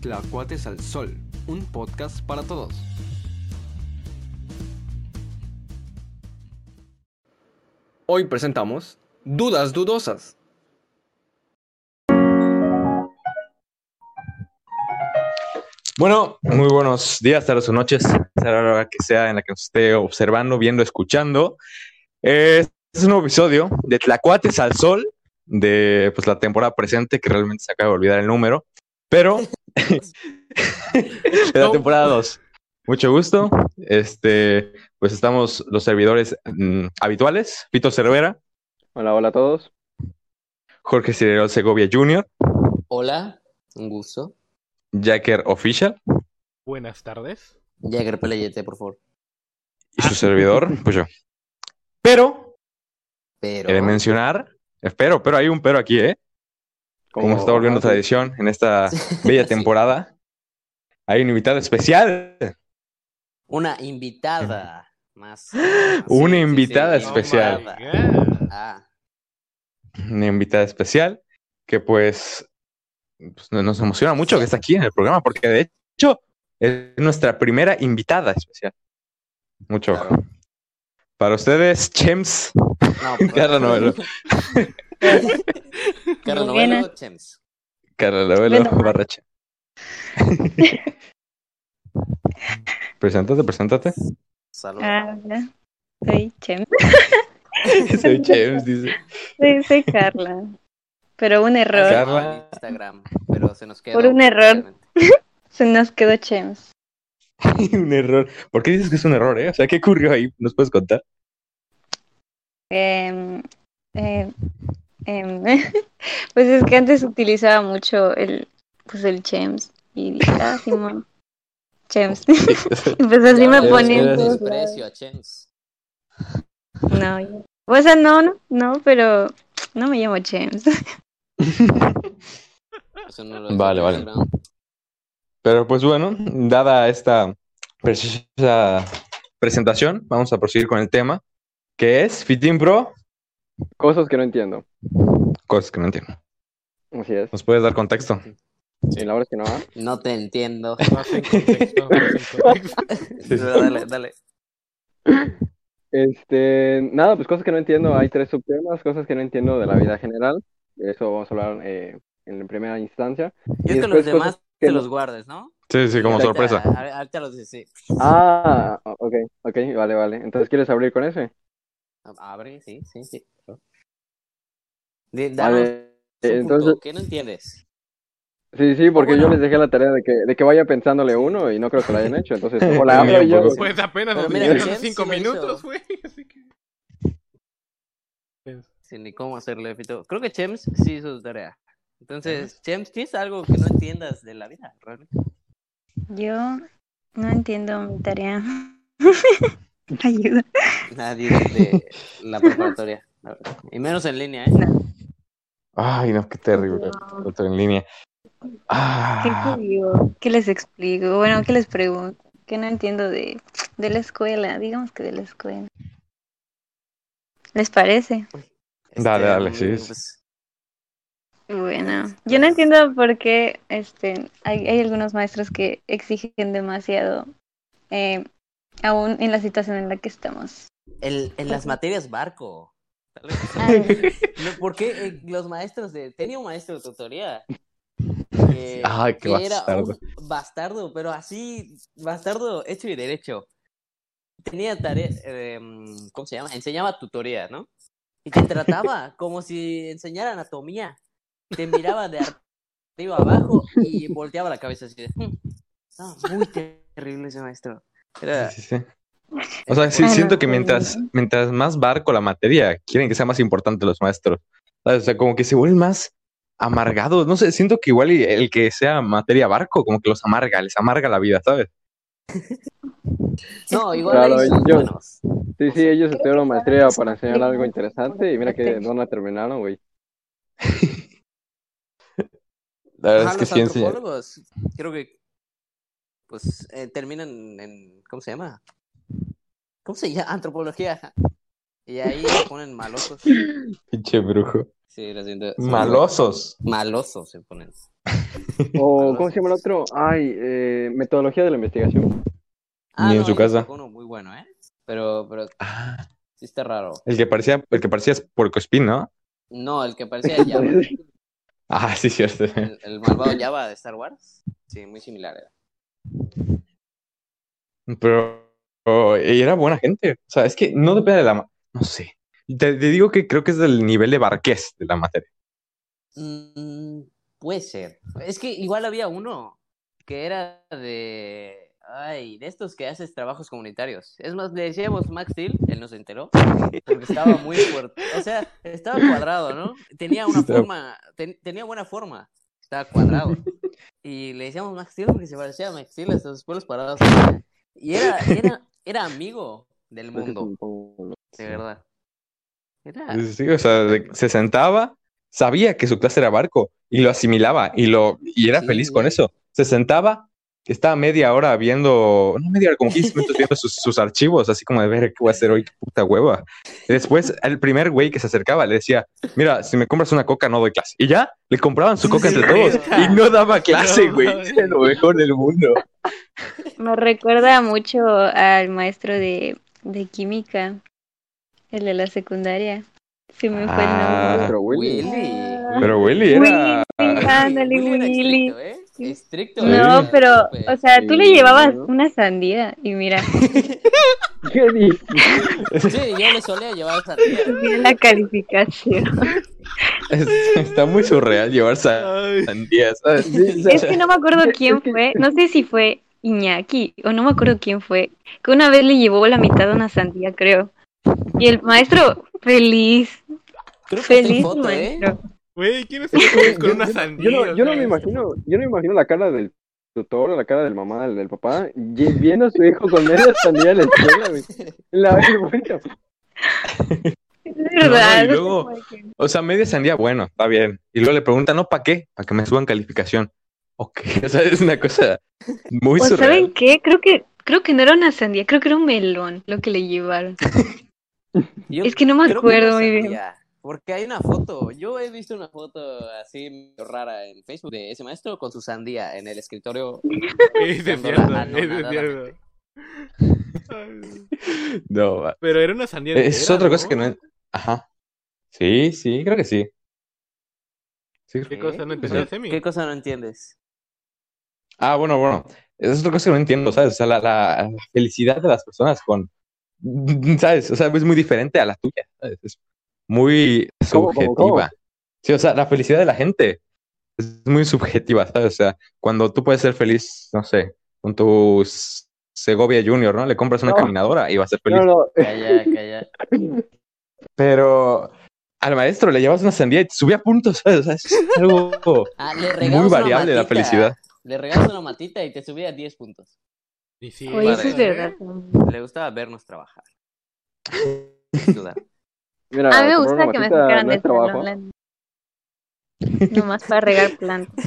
Tlacuates al Sol, un podcast para todos. Hoy presentamos Dudas Dudosas. Bueno, muy buenos días, tardes o noches, será la hora que sea en la que nos esté observando, viendo, escuchando. Eh, Este es un nuevo episodio de Tlacuates al Sol, de pues, la temporada presente, que realmente se acaba de olvidar el número, pero de la No. temporada 2. Mucho gusto. Este, pues estamos los servidores mm, habituales, Pito Cervera, Hola, hola a todos. Jorge Cirero Segovia Jr., Hola, un gusto. Jacker Official Buenas tardes. Jagger, pelayete, por favor. y su servidor, pues yo. Pero Pero. He de mencionar, espero, pero hay un pero aquí, ¿eh? Como se está volviendo otra tradición en esta bella Oh, ah, Sí. temporada, hay un invitado especial. Una invitada más. Una Sí, sí, invitada sí, especial. Oh invitada. my God. Ah, Una invitada especial que pues, pues, no- nos emociona mucho que está aquí en el programa, porque de hecho es nuestra primera invitada especial. Mucho ojo. Claro. Para ustedes, Chems, no, por- Carla Novelo. Carla Buenas. Novelo, Chems. Carla Lavelo, Bueno. barra Chem. preséntate, preséntate. Saludos. Ah, hola. soy Chem. Soy Chems, dice. Soy, soy Carla. Pero un error. Car- En Instagram, pero se nos quedó. Por un error. obviamente. Se nos quedó Chems. un error. ¿Por qué dices que es un error, eh? O sea, ¿qué ocurrió ahí? ¿Nos puedes contar? Em, em, em, pues es que antes utilizaba mucho el, pues el Chems. Y dije, ah, Simón. Chems. Y pues así me Ya, ponen. es un todos lados. Desprecio a Chems. No, yo- o sea, no, no, no, pero no me llamo Chems. Eso no lo es Vale, en vale. Instagram. Pero pues bueno, dada esta precisa presentación, vamos a proseguir con el tema, que es Fitin Pro, Cosas que no entiendo. cosas que no entiendo. Así es. ¿Nos puedes dar contexto? Y la hora es que no ¿ah? va. No te entiendo. Más en contexto, más en contexto. Dale, dale. Este, nada, pues cosas que no entiendo. Hay tres subtemas, cosas que no entiendo de la vida general. De eso vamos a hablar eh, en primera instancia. Yo es que los después cosas demás que te no- los guardes, ¿no? Sí, sí, como Ahorita- sorpresa. ahor- Ahorita los dices, sí. Ah, ok, ok, vale, vale. Entonces, ¿quieres abrir con ese? Abre, sí, sí, sí. De- danos Vale. tu punto, Entonces, ¿Qué no entiendes? sí, sí, porque yo Bueno. les dejé la tarea de que, de que vaya pensándole uno y no creo que lo hayan hecho. Entonces, o la Muy abro bien, yo. pues. Pues apenas Pero nos mira, dijeron James cinco sí lo hizo. minutos, güey. Así que. sin ni cómo hacerle Fito. Creo que Chems sí hizo su tarea. Entonces, Chems, ¿tienes algo que no entiendas de la vida? realmente? Yo no entiendo mi tarea. Ayuda. Nadie de la preparatoria. Y menos en línea, ¿eh? No. Ay, no, qué terrible. Otro en línea. ¿Qué Ah, te digo? ¿Qué les explico? Bueno, ¿qué les pregunto? ¿Qué no entiendo de, de la escuela? Digamos que de la escuela. ¿Les parece? Dale, dale, mm, sí, sí. pues, Bueno, yo no entiendo por qué este, hay, hay algunos maestros que exigen demasiado, eh, aún en la situación en la que estamos. el- en las materias barco. Tal vez. Ay, No, ¿Por qué eh, los maestros de... Tenía un maestro de tutoría. que- Ay, qué que era bastardo. un bastardo, pero así, bastardo hecho y derecho. Tenía tarea, eh, mm, ¿cómo se llama? Enseñaba tutoría, ¿no? Y te trataba como si enseñara anatomía. Te miraba de arriba abajo y volteaba la cabeza así. de, "Mm". Estaba muy terrible ese maestro. Era- sí, sí. O sea, sí, Ay, no, siento que qué mientras, mientras más barco la materia, quieren que sea más importante los maestros. ¿Sabes? O sea, como que se vuelven más amargados. No sé, siento que igual y el que sea materia barco, como que los amarga, les amarga la vida, ¿sabes? No, igual Claro, hay sus yo- buenos. Sí, sí, ellos estudiaron maestría para enseñar algo interesante y mira que Perfecto. no la terminaron, güey. La verdad Ajá, es que los sí enseña- antropólogos, creo que pues eh, terminan en ¿cómo se llama? ¿Cómo se llama? Antropología. Y ahí se ponen malosos. Pinche brujo. Sí, lo siento. Malosos. Malosos se ponen. O, ¿cómo se llama el otro? Ay, eh, metodología de la investigación. Ah, Ni en no, su yo casa. conozco Uno muy bueno, ¿eh? Pero, pero Ah, sí está raro. el que parecía, el que parecía Puerco Espín, ¿no? No, el que parecía el Java. Ah, sí, cierto. El, el malvado Java de Star Wars. Sí, muy similar. ¿eh? era. Pero pero era buena gente. O sea, es que no depende de la... ma- No sé. Te, te digo que creo que es del nivel de Barqués de la materia. Mm, puede ser. Es que igual había uno que era de. Ay, de estos que haces trabajos comunitarios. Es más, le decíamos Max Steel, él no se enteró, porque estaba muy fuerte. O sea, estaba cuadrado, ¿no? Tenía una Estaba- forma, ten- tenía buena forma. Estaba cuadrado. Y le decíamos Max Steel porque se parecía a Max Steel hasta sus pelos parados. Y era, era, era amigo del mundo, de verdad. Era, Sí, o sea, de- se sentaba, sabía que su clase era barco y lo asimilaba y lo y era Sí, feliz con güey. eso. Se sentaba, estaba media hora viendo, no media hora, como 15 minutos viendo sus, sus archivos, así como de ver qué voy a hacer hoy, qué puta hueva. Y después, el primer güey que se acercaba le decía, mira, si me compras una coca no doy clase. Y ya, le compraban su coca entre todos neta. y no daba clase, No, güey. mames. Era lo mejor del mundo. Me recuerda mucho al maestro de, de química, el de la secundaria. Se me fue el nombre. Ah, Nuestro Willy. Willy. pero Willy era... Willy. Ándale, Willy era Willy. estricto, ¿eh? Estricto. ¿eh? No, era, pero, súper. o sea, tú le Sí, llevabas ¿no? una sandía y mira, ¿Qué dices? Sí, yo le solía llevar sandía. mira la calificación. Está muy surreal llevarse sandías, ¿sabes? Es que no me acuerdo quién fue, no sé si fue Iñaki o no me acuerdo quién fue, que una vez le llevó la mitad de una sandía, creo. Y el maestro, feliz, Creo que está en feliz foto, ¿eh? maestro. Güey, ¿quién es el que con una sandía? Yo no, yo no güey? me imagino, yo no me imagino la cara del tutor, la cara del mamá, del, del papá, y- viendo a su hijo con media sandía en la escuela, güey. La el bueno. Es verdad. y luego- O sea, media sandía, bueno, está bien. Y luego le preguntan, ¿no? ¿Para qué? Para que me suban calificación. Ok, o sea, es una cosa muy O Pues, ¿saben surreal. qué? Creo que creo que no era una sandía, creo que era un melón lo que le llevaron. Yo Es que no me creo acuerdo no sabía, muy bien. Porque hay una foto. Yo he visto una foto así medio rara en Facebook de ese maestro con su sandía en el escritorio. Es de mierda, es de mierda. Ay, No, va. Pero era una sandía de es pera, otra cosa que no... en- Ajá. Sí, sí, creo que sí. Sí, creo- ¿Qué cosa no ¿Eh? entendés, Emi? ¿Qué cosa no entiendes? Ah, bueno, bueno. Es otra cosa que no entiendo, ¿sabes? O sea, la, la- la felicidad de las personas con... ¿Sabes? O sea, es muy diferente a la tuya, ¿sabes? Es muy ¿Cómo, cómo, subjetiva. cómo? Sí, o sea, la felicidad de la gente es muy subjetiva, ¿sabes? O sea, cuando tú puedes ser feliz, no sé, con tu S- Segovia Junior, ¿no? Le compras una No. caminadora y vas a ser feliz. No, no, Calla, calla. Pero al maestro le llevas una sandía y te subía puntos, ¿sabes? O sea, es algo Ah, le regalas muy una variable la matita. felicidad. Le regalas una matita y te subía 10 puntos. Ni si- Oye, eso vale. es verdad. Le gustaba vernos trabajar. Sin duda. mira, A mí me comprar una gusta que me matita sacaran no del es trabajo. salón. la- Nomás para regar plantas.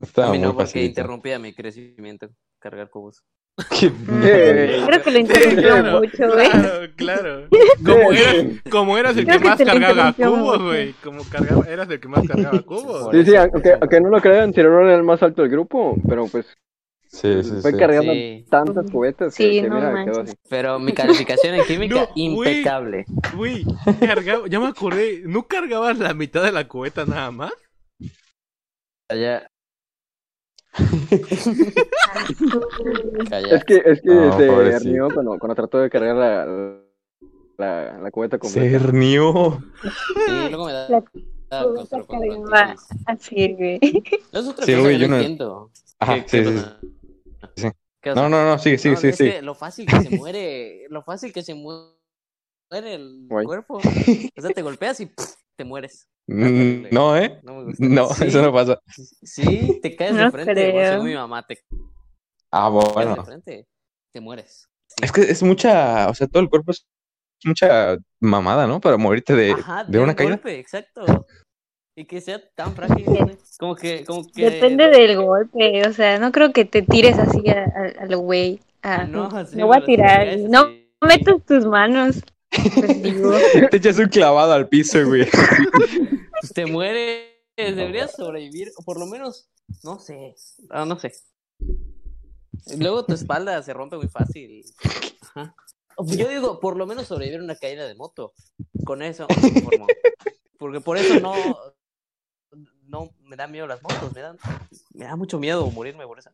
Estaba A mí muy no, porque facilito. interrumpía mi crecimiento. Cargar cubos. Qué Eh, Mm. Creo que lo Sí, interrumpió claro, mucho, ¿eh? Claro, claro. Como eras, como eras el Creo que que más te lo cargaba interrumpió cubos, mucho. güey. Como cargaba, eras el que más cargaba cubos. Sí, sí, aunque, aunque no lo crean, Cerebro era el más alto del grupo, pero pues Sí, sí, fue sí. cargando Sí. tantas cubetas que, Sí, que no mira, manches. quedó así. Pero mi calificación en química, No, güey. impecable. Güey, cargaba, ya me acordé, ¿no cargabas la mitad de la cubeta nada más? Calla. Calla. Es que, es que No, se pobrecito. hernió cuando, cuando trató de cargar la, la, la cubeta Se completa. hernió. Sí, luego me da. La da cubeta costrocondrotitis. cargaba. Así, güey. No es otra Sí, cosa güey, que yo no no- entiendo. Ajá, ¿Qué- Ah, sí, qué sí, pasa? sí. ¿Qué pasa? No, no, no, sigue, sigue, No, sigue, es sigue. que lo fácil que se muere, lo fácil que se mu- muere el Güey. cuerpo. O sea, te golpeas y pff, te mueres. Mm, No, ¿eh? No me gusta. No, Sí, eso no pasa. Sí, te caes de No frente. Creo. creo. mi mamá, te Ah, caes bueno. de frente, te mueres. Es que es mucha, o sea, todo el cuerpo es mucha mamada, ¿no? Para morirte de, Ajá, de una un caída. golpe, exacto. Y que sea tan frágil. güey. Como que, como que. Depende del golpe, o sea, no creo que te tires así a, a- a lo güey. a- Ah, No, sí, no voy a pero si tirar, caes no así- metas tus manos. Pues digo, Te echas un clavado al piso, güey. Pues te mueres. deberías sobrevivir, o por lo menos, no sé, ah, no sé. Luego tu espalda se rompe muy fácil. Ajá. pues Yo digo, por lo menos sobrevivir a una caída de moto. Con eso me conformo. Porque por eso no, no me dan miedo las motos, me, dan, me da mucho miedo morirme por eso.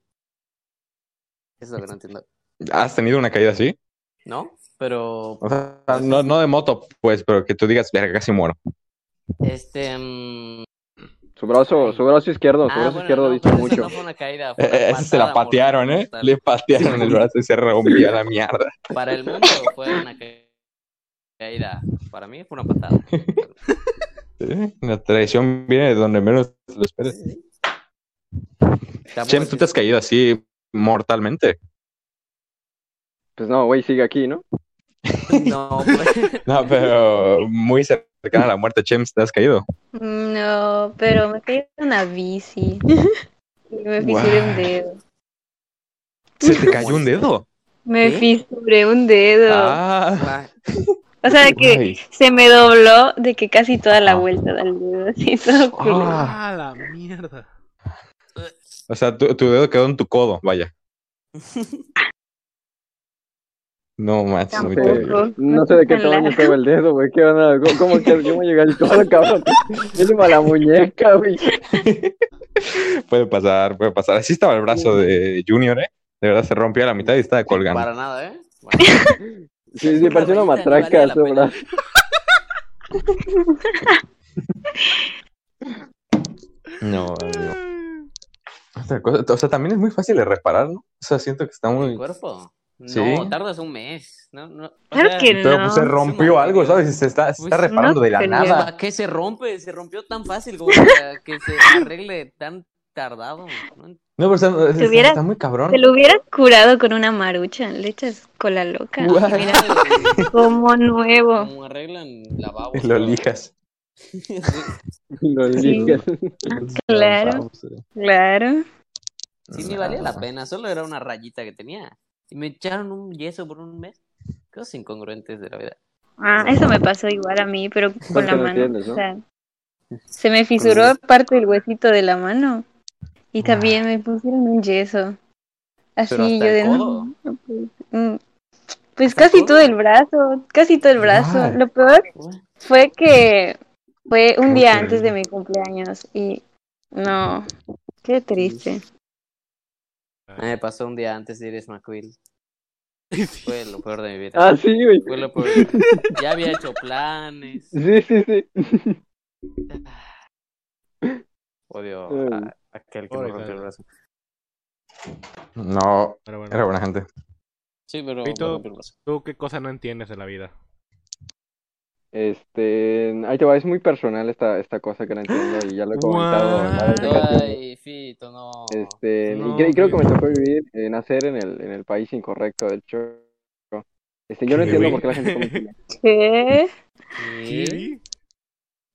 Eso es lo que no entiendo. ¿Has tenido una caída así? ¿No? Pero, O sea, no, no de moto, pues, pero que tú digas, verga, casi muero. este... mm, Su brazo, su brazo izquierdo, su ah, brazo bueno, izquierdo no, dice pero esa mucho. no fue una caída. fue Eh, una eh, esa se la patada por- patearon, ¿eh? Le patearon el brazo y se rompió a la mierda. Para el mundo fue una ca- caída. Para mí fue una patada. ¿Sí? La traición viene de donde menos lo esperes. Tampoco Chem, es- ¿tú te has caído así mortalmente? Pues no, güey, sigue aquí, ¿no? No, pues, No, pero muy cercana a la muerte, Chem, ¿te has caído? mm, No, pero me caí de una bici. Y me fisuré un Guau. dedo. ¿Se te cayó un dedo? Me ¿Qué? fisuré un dedo. Ah, ah, O sea, que Ay. se me dobló de que casi toda la Ah. vuelta del dedo. Así todo culero. Ah. Ah, la mierda. o sea, tu, tu dedo quedó en tu codo, vaya. No, manches, muy Tampoco. terrible. No sé de qué Ojalá. tamaño estaba el dedo, güey. ¿Qué onda? ¿Cómo, cómo, que- cómo llega el codo, cabrón? Mínimo a la muñeca, güey. Puede pasar, puede pasar. Así estaba el brazo de Junior, ¿eh? De verdad se rompió a la mitad y estaba colgando. para nada, ¿eh? Bueno, Sí, sí, parece una Rayita, ni valía matraca la su pena. brazo. No, no. Otra cosa, o sea, también es muy fácil de reparar, ¿no? O sea, siento que está el muy. cuerpo. No, Sí. tardas un mes. No, no, o Claro sea, que Pero pues se No, rompió algo, ¿sabes? Y Se está, se está Pues, reparando no de la creo. nada. ¿Para qué se rompe? Se rompió tan fácil como para que se arregle tan tardado. ¿no? No, pero o sea, es- Si hubiera- está muy cabrón. Te lo hubieras curado con una marucha. Le echas cola loca. Guau. Mira, como nuevo. Como arreglan lavabos. Y lo ¿no? lijas. Sí. Lo Sí. ligas. claro. Claro. Sí, ni valía la pena, solo era una rayita que tenía. Y me echaron un yeso por un mes. Cosas incongruentes de la vida. Ah, eso me pasó igual a mí, pero con Porque la no mano. entiendes, ¿no? o sea, se me fisuró parte del huesito de la mano. Ah. Y también me pusieron un yeso. Así Pero hasta yo el de no, codo. no puede ser. Mm. Pues ¿Hasta el casi codo? todo el brazo, casi todo el brazo. Guau. Lo peor Bueno, fue que fue un Qué horrible. día antes de mi cumpleaños y no, qué triste. Me pasó un día antes de Iris McQueen. Fue lo peor de mi vida. Ah, sí, güey. Fue lo peor. Ya había hecho planes. Sí, sí, sí. Odio Mm. a, a aquel que me Pobre rompió el cara. brazo. No, Pero bueno. era buena gente. Sí, pero me Pito. rompió el brazo. ¿Tú qué cosa no entiendes de la vida? Este, ahí te va, es muy personal esta, esta cosa que no entiendo y ya lo he comentado en varias Guau. ocasiones. Ay, Fito, no. Este, y No, cre- y creo que me tío. tocó vivir, eh, nacer en el, en el país incorrecto, de hecho. Este, yo no ¿Qué, entiendo güey? por qué la gente come chile. ¿Qué? Sí,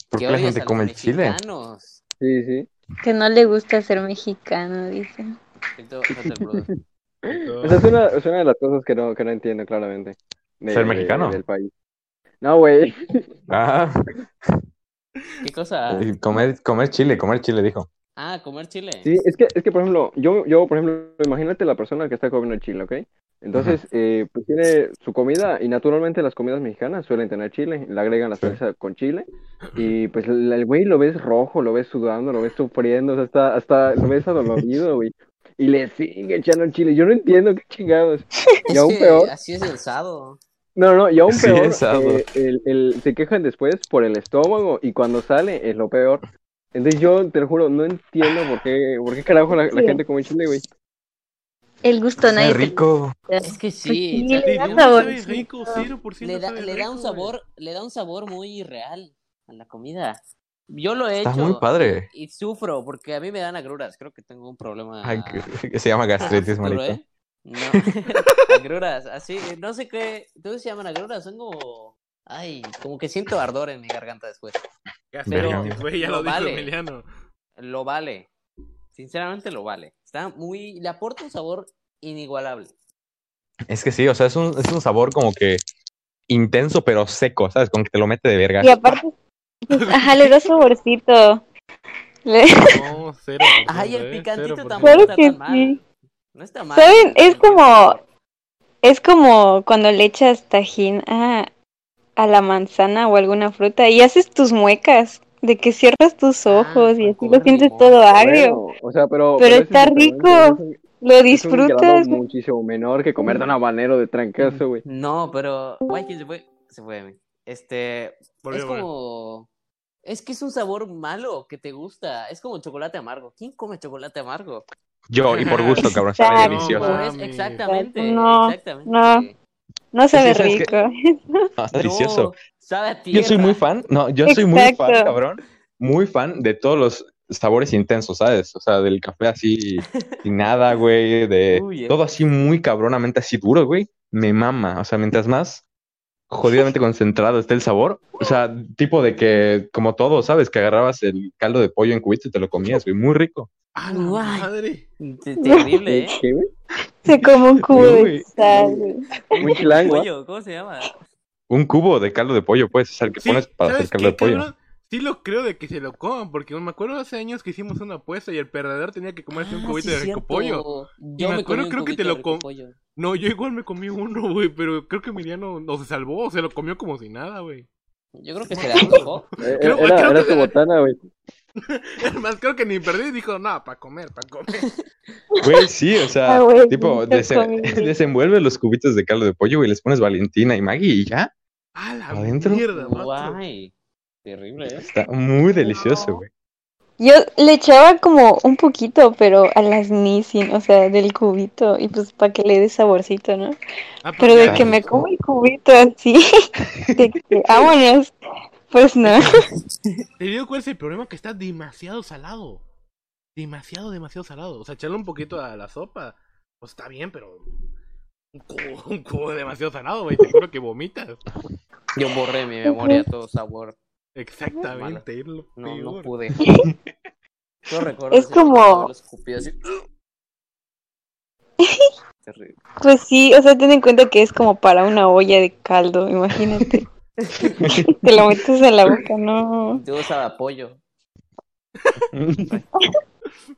¿Por que qué la odias gente a come los el chile? mexicanos. Sí, sí. Que no le gusta ser mexicano, dice. Fito, suelta el brazo. O sea, es una, es una de las cosas que no, que no entiendo claramente. de- ¿Ser de- mexicano? del país. No, güey. Ah, ¿Qué cosa? eh, comer, comer chile, comer chile, dijo. Ah, comer chile. Sí, es que, es que por ejemplo, yo, yo, por ejemplo, imagínate la persona que está comiendo chile, ¿ok? Entonces, eh, pues tiene su comida y naturalmente las comidas mexicanas suelen tener chile, le agregan la Sí. salsa con chile y pues el el güey lo ves rojo, lo ves sudando, lo ves sufriendo, o sea, hasta, hasta lo ves adolorido, güey. Y le sigue echando chile. Yo no entiendo qué chingados. Es Y aún que peor, Así es el sábado. no, no, y aún Sí, peor, es algo. eh, el, el- se quejan después por el estómago y cuando sale es lo peor. Entonces yo te lo juro, no entiendo por qué, por qué carajo la, la Sí. gente come chile, güey. El gusto nadie Qué te rico. Es que sí. Pues sí, Sí, le da no sabor. sabe rico, 0% le da, sabe le da rico, un güey. sabor, le da un sabor muy real a la comida. Yo lo he Está hecho muy padre. y sufro porque a mí me dan agruras. Creo que tengo un problema. Ay, que, que se llama gastritis, futuro, marico. ¿eh? No. agruras, así, no sé qué. ¿Tú se llaman agruras? Son como. Ay, como que siento ardor en mi garganta después. Pero, Pero- güey, ya no lo dijo vale. Emiliano. Lo vale. Sinceramente lo vale. Está muy. Le aporta un sabor inigualable. Es que sí, o sea, es un, es un sabor como que intenso pero seco, ¿sabes? Como que te lo mete de verga. Y aparte, pues, ajá, le da saborcito. Le- No, cero. por Ay, ciento, el eh, picantito cero por tampoco. ciento. Claro está que tan mal. sí. No está mal. ¿Saben? Es como- Es como cuando le echas tajín a, a la manzana o alguna fruta y haces tus muecas, de que cierras tus Ah, ojos y con así lo color sientes limón, todo Bueno, agrio. o sea, pero. Pero ese está es diferente, rico. es un- Lo es un grado disfrutas. muchísimo menor que comerte un habanero de trancazo, güey. No, pero. Guay, que se fue. Se fue, güey. Este. Volvió, es volvió. como. Es que es un sabor malo que te gusta. Es como chocolate amargo. ¿Quién come chocolate amargo? Yo, y por gusto, cabrón, sabe Exacto. delicioso. Por eso- Mami. exactamente. Pues No, exactamente. no. No sabe ¿sabes qué? rico. No, está No, delicioso. sabe a Yo soy tierra. muy fan, no, yo soy muy Exacto. fan, cabrón, muy fan de todos los sabores intensos, ¿sabes? O sea, del café así, sin nada, güey, de Uy, eh. todo así muy cabronamente así duro, güey. Me mama, o sea, mientras más jodidamente concentrado esté el sabor, o sea, tipo de que, como todo, ¿sabes? Que agarrabas el caldo de pollo en cubito y te lo comías, güey, muy rico. ¡A la Guay. madre! Te- Terrible, ¿eh? ¿Qué, güey? Se como un cubo de Uy. sal. Muy chilango. ¿eh? Pollo, ¿cómo se llama? Un cubo de caldo de pollo, pues, es el que Sí, pones para hacer ¿sabes caldo de qué, pollo. cabrón? Sí lo creo de que se lo coman, porque me acuerdo hace años que hicimos una apuesta y el perdedor tenía que comerse un Ah, cubito sí, de rico cierto. pollo. Yo me me acuerdo, comí un creo que cubito te lo de com- pollo. No, yo igual me comí uno, güey, pero creo que Emiliano no se salvó, o se lo comió como si nada, güey. Yo creo que se la arrojó. Eh, Creo- Era, creo era que- su botana, güey. Además, creo que ni perdí, dijo, no, para comer, para comer. Güey, sí, o sea, Ah, güey, tipo, sí, dese- comible. desenvuelve los cubitos de caldo de pollo y les pones Valentina y Maggie y ya. ¡A la ¿Adentro? mierda, vato! Guay. Terrible, ¿eh? Está muy delicioso, güey. Yo le echaba como un poquito, pero a las Nissin, o sea, del cubito, y pues para que le dé saborcito, ¿no? Ah, Pero de porque- que me como el cubito así, de que vámonos, pues no. Te digo cuál es el problema, que está demasiado salado. Demasiado, demasiado salado. O sea, echarle un poquito a la sopa. Pues está bien, pero... Un cubo, un cubo demasiado salado, güey. Te juro que vomitas. Yo borré mi memoria todo sabor. Exactamente, es lo No, no peor. pude. Yo recuerdo Es ese como- recuerdo, lo escupí así. Terrible. Pues sí, o sea, ten en cuenta que es como para una olla de caldo, imagínate. Te lo metes en la boca, no. Yo usaba pollo.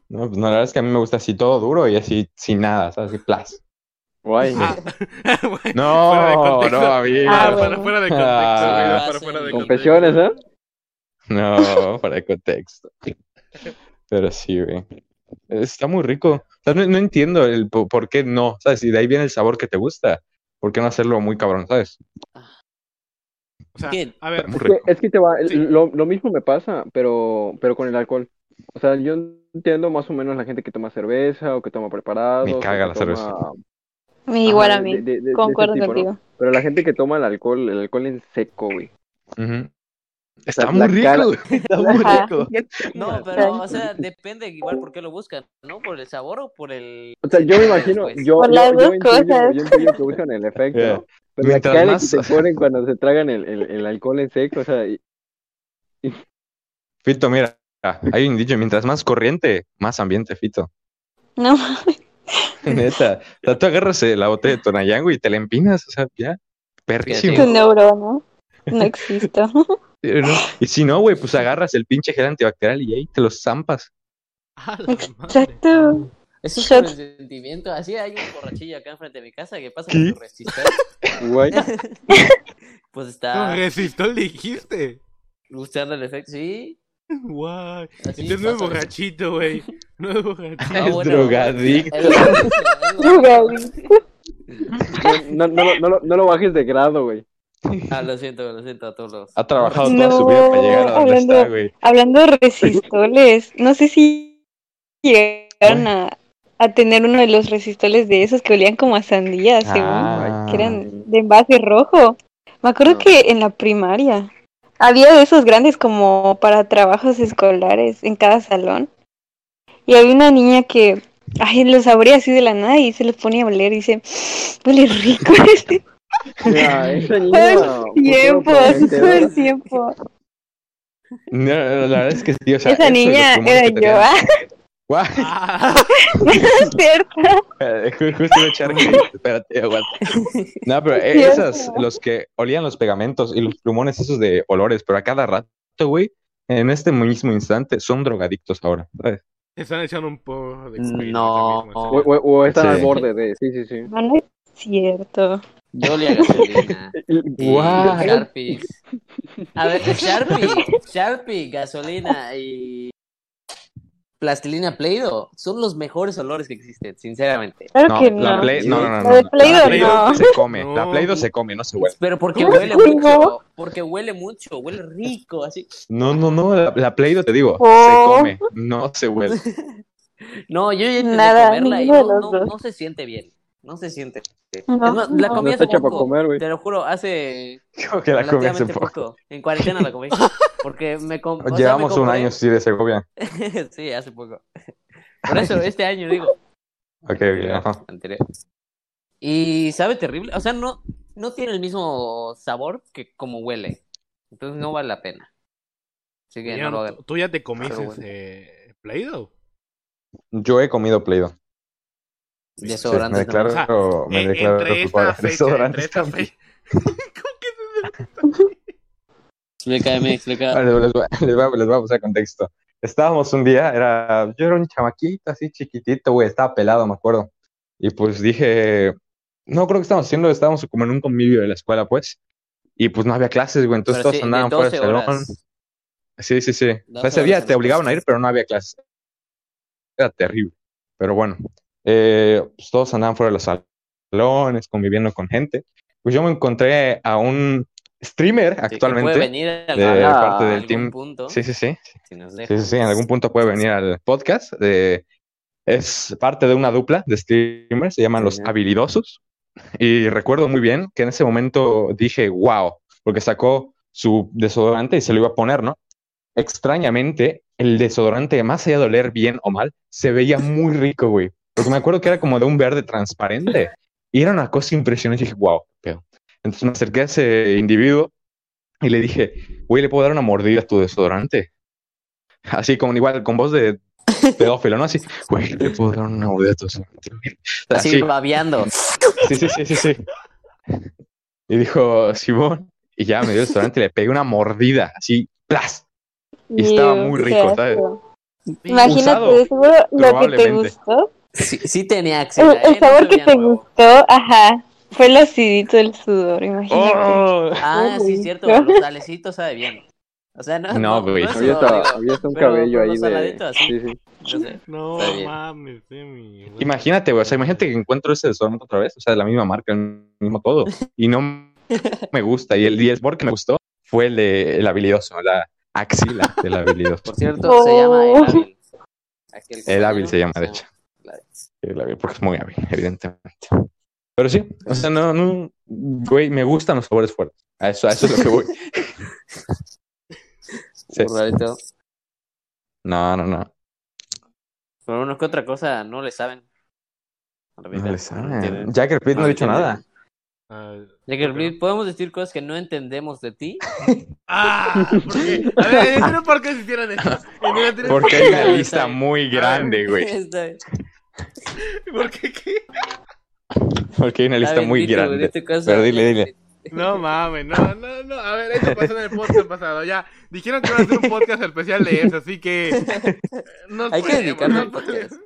No, pues no, la verdad es que a mí me gusta así todo duro y así sin nada, ¿sabes? Así plas. Guay. Ah, güey, fuera de No, contexto. no, amigo. Ah, Para, bueno. para, fuera de contexto, Ah, güey, para, sí. fuera de Confesiones, contexto. ¿eh? No, para el contexto. Pero sí, güey. Está muy rico. O sea, no, no entiendo el po- por qué no, ¿sabes? Y de ahí viene el sabor que te gusta. ¿Por qué no hacerlo muy cabrón, sabes? O sea, ¿Qué? Está a ver, muy Es que, rico. es que te va, el- Sí. lo, lo mismo me pasa, pero, pero con el alcohol. O sea, yo entiendo más o menos la gente que toma cerveza o que toma preparados. Me o caga que la cerveza. toma- Me igual Ajá, a mí, Ah, de- de- de- de ese concuerdo tipo, ¿no? contigo. Pero la gente que toma el alcohol, el alcohol en seco, güey. Ujú. Está la muy rico, cara- güey. Está muy Ajá. rico. No, pero, o sea, depende igual por qué lo buscan, ¿no? ¿Por el sabor o por el...? O sea, yo me imagino, Pues, yo, Por yo, las yo dos intuyo, cosas. yo intuyo que buscan el efecto, Yeah. ¿no? Pero la Mientras cara más- que te ponen cuando se tragan el, el, el alcohol en seco, o sea, y- Fito, mira, hay un dicho, mientras más corriente, más ambiente, Fito. No, Neta, o sea, tú agarras eh, la botella de Tonayán, güey, y te la empinas, o sea, ya, tu perrísimo. Fíjate. neurona. No existo. Eh, ¿no? Y si no, güey, pues agarras el pinche gel antibacterial y ahí te los zampas. a la madre. Exacto. Eso es Shot. por el sentimiento. Así hay un borrachillo acá enfrente de mi casa que pasa ¿Qué? con su resistente. güey, Pues Con está resistol dijiste. usando el efecto, sí. Guay. Así Entonces no Este es pasa. borrachito, güey. No es borrachito. Ah, Es bueno. drogadicto. El- Drogadicto. no, no, no, no, lo- no lo bajes de grado, güey. Ah, lo siento, lo siento a todos los... Ha trabajado No, toda su vida para llegar a donde hablando- está, güey. Hablando de resistoles, no sé si llegaron a, a tener uno de los resistoles de esos que olían como a sandía, según, Ah. que eran de envase rojo. Me acuerdo No. que en la primaria había de esos grandes como para trabajos escolares en cada salón. Y había una niña que, ay, los abría así de la nada y se los ponía a oler y dice, huele rico. este Mira, esa niña, Todo futuro el tiempo, prometedor. todo el tiempo. No, no, la verdad es que sí, o sea, Esa eso y los niña pulmones era que yo, tenían. ah, Guau, Ah, es cierto. eh, ju- Justo iba a echar hate. Espérate, aguanta. No, pero eh, Cierto. esas, los que olían los pegamentos y los plumones esos de olores, pero a cada rato, güey, en este mismo instante son drogadictos ahora. ¿sabes? Están echando un poco de No. experimento mismo, O, o- o están Sí. al borde de, sí, sí, sí. No, no es cierto. Yo le gasolina. Y Guau. Sharpie. A ver, Sharpie, Sharpie, gasolina y plastilina Play-Doh son los mejores olores que existen, sinceramente. Claro No, que la no. Play- no, no, no, La de no. Play-Doh La Play-Doh no. se come, la No. Play-Doh se come, no se huele. Pero porque ¿Cómo huele que mucho, no? porque huele mucho, huele rico, así. No, no, no, la, la Play-Doh te digo, Oh. se come, no se huele. No, yo ya intenté Nada, comerla y ninguno no, de los no- dos. no se siente bien. No se siente. bien. No, Es más, la no. comí No está hace hecha para poco, comer, güey. Te lo juro, hace Creo que la comí hace relativamente poco. poco. En cuarentena la comí. Porque me com- o sea, me Llevamos un compré- año sí de Segovia. sí, hace poco. Por eso, este año digo. Este Ok, ok, ajá. Anterior. Y sabe terrible. O sea, no, no tiene el mismo sabor que como huele. Entonces no vale la pena. Así que no Ian, lo hagan. ¿tú- ¿Tú ya te comiste Pero bueno. ese Play-Doh? Yo he comido Play-Doh. Sí, me Desodorantes declaro, también. me Eh, declaro entre esta culpable. fecha, entre Desodorantes esta también. fecha. ¿Cómo que se Explícame, explica. Vale, les, voy, les voy- les voy a pasar contexto. Estábamos un día, era, yo era un chamaquito así chiquitito, güey, estaba pelado, me acuerdo. Y pues dije, no creo que estábamos haciendo, estábamos como en un convivio de la escuela, pues. Y pues no había clases, güey, entonces todos andaban fuera del salón. Sí, sí, sí. O sea, 12 ese horas día en te la obligaban a clase. ir, pero no había clases. Era terrible. Pero bueno, eh, pues todos andaban fuera de los salones, conviviendo con gente. Pues yo me encontré a un streamer actualmente. puede venir al- de al- parte a del algún team. punto, Sí, sí, sí. si nos deja. Sí, sí, sí, en algún punto puede venir al podcast. eh, es parte de una dupla de streamers, se llaman los Ujú. habilidosos. Y recuerdo muy bien que en ese momento dije, wow, porque sacó su desodorante y se lo iba a poner, ¿no? Extrañamente, el desodorante, más allá de oler bien o mal, se veía muy rico, güey. Porque me acuerdo que era como de un verde transparente. Y era una cosa impresionante. Y dije, wow, pedo. Entonces me acerqué a ese individuo y le dije, güey, ¿le puedo dar una mordida a tu desodorante? así como igual con voz de pedófilo, ¿no? Así, güey, le puedo dar una mordida a tu desodorante?" Así Así, babeando. sí, sí, sí, sí, sí. Y dijo, Simón, y ya me dio el desodorante y le pegué una mordida, así, plas. Y estaba Ew, muy qué rico, asco. ¿sabes? Imagínate, Usado, de seguro lo que te probablemente. gustó. Sí, sí tenía El, axila. el ¿eh? No sabor que sabía te nuevo. gustó, ajá, fue el acidito del sudor, imagínate. ¡Oh! Ah, sí, es cierto. Los salecitos sabe bien. O sea, no. No, güey. es Había sudor, hasta, digo. había hasta un pero- cabello pero ahí saladito, de... así. Sí, sí. No sé. No Está bien. mames, Emi, güey. Imagínate, güey, o sea, imagínate que encuentro ese desodorante otra vez, o sea, de la misma marca, el mismo todo, y no me gusta. Y el, y el sabor que me gustó fue el, de, el habilidoso, la axila del habilidoso. Por cierto, Oh. se llama el hábil. Aquel El hábil compañero se llama, de llama hecho. el hábil. El hábil, porque es muy hábil, evidentemente. Pero sí, o sea, no, no, güey, me gustan los sabores fuertes. A eso, a eso es lo que voy. Sí. Burrarito. No, no, no. Pero unos que otra cosa no le saben. No le saben. entienden. Jack el Pit no ha le dicho entienden. nada. Ah, Ya que, Blitz, podemos decir cosas que no entendemos de ti. Ah, porque. A ver, ¿en serio por qué se hicieron esto? ¿En serio tienes- Porque hay una Sí, lista sabe. muy grande, güey. Está bien. ¿Por qué qué? Porque hay una Está lista muy bendito, güey, grande. este caso. Pero dile, dile. No mames, no, no, no. A ver, esto pasó en el podcast pasado. Ya dijeron que iban a hacer un podcast especial de eso, así que. eh, No Hay que podemos, dedicarle no al podcast. podemos.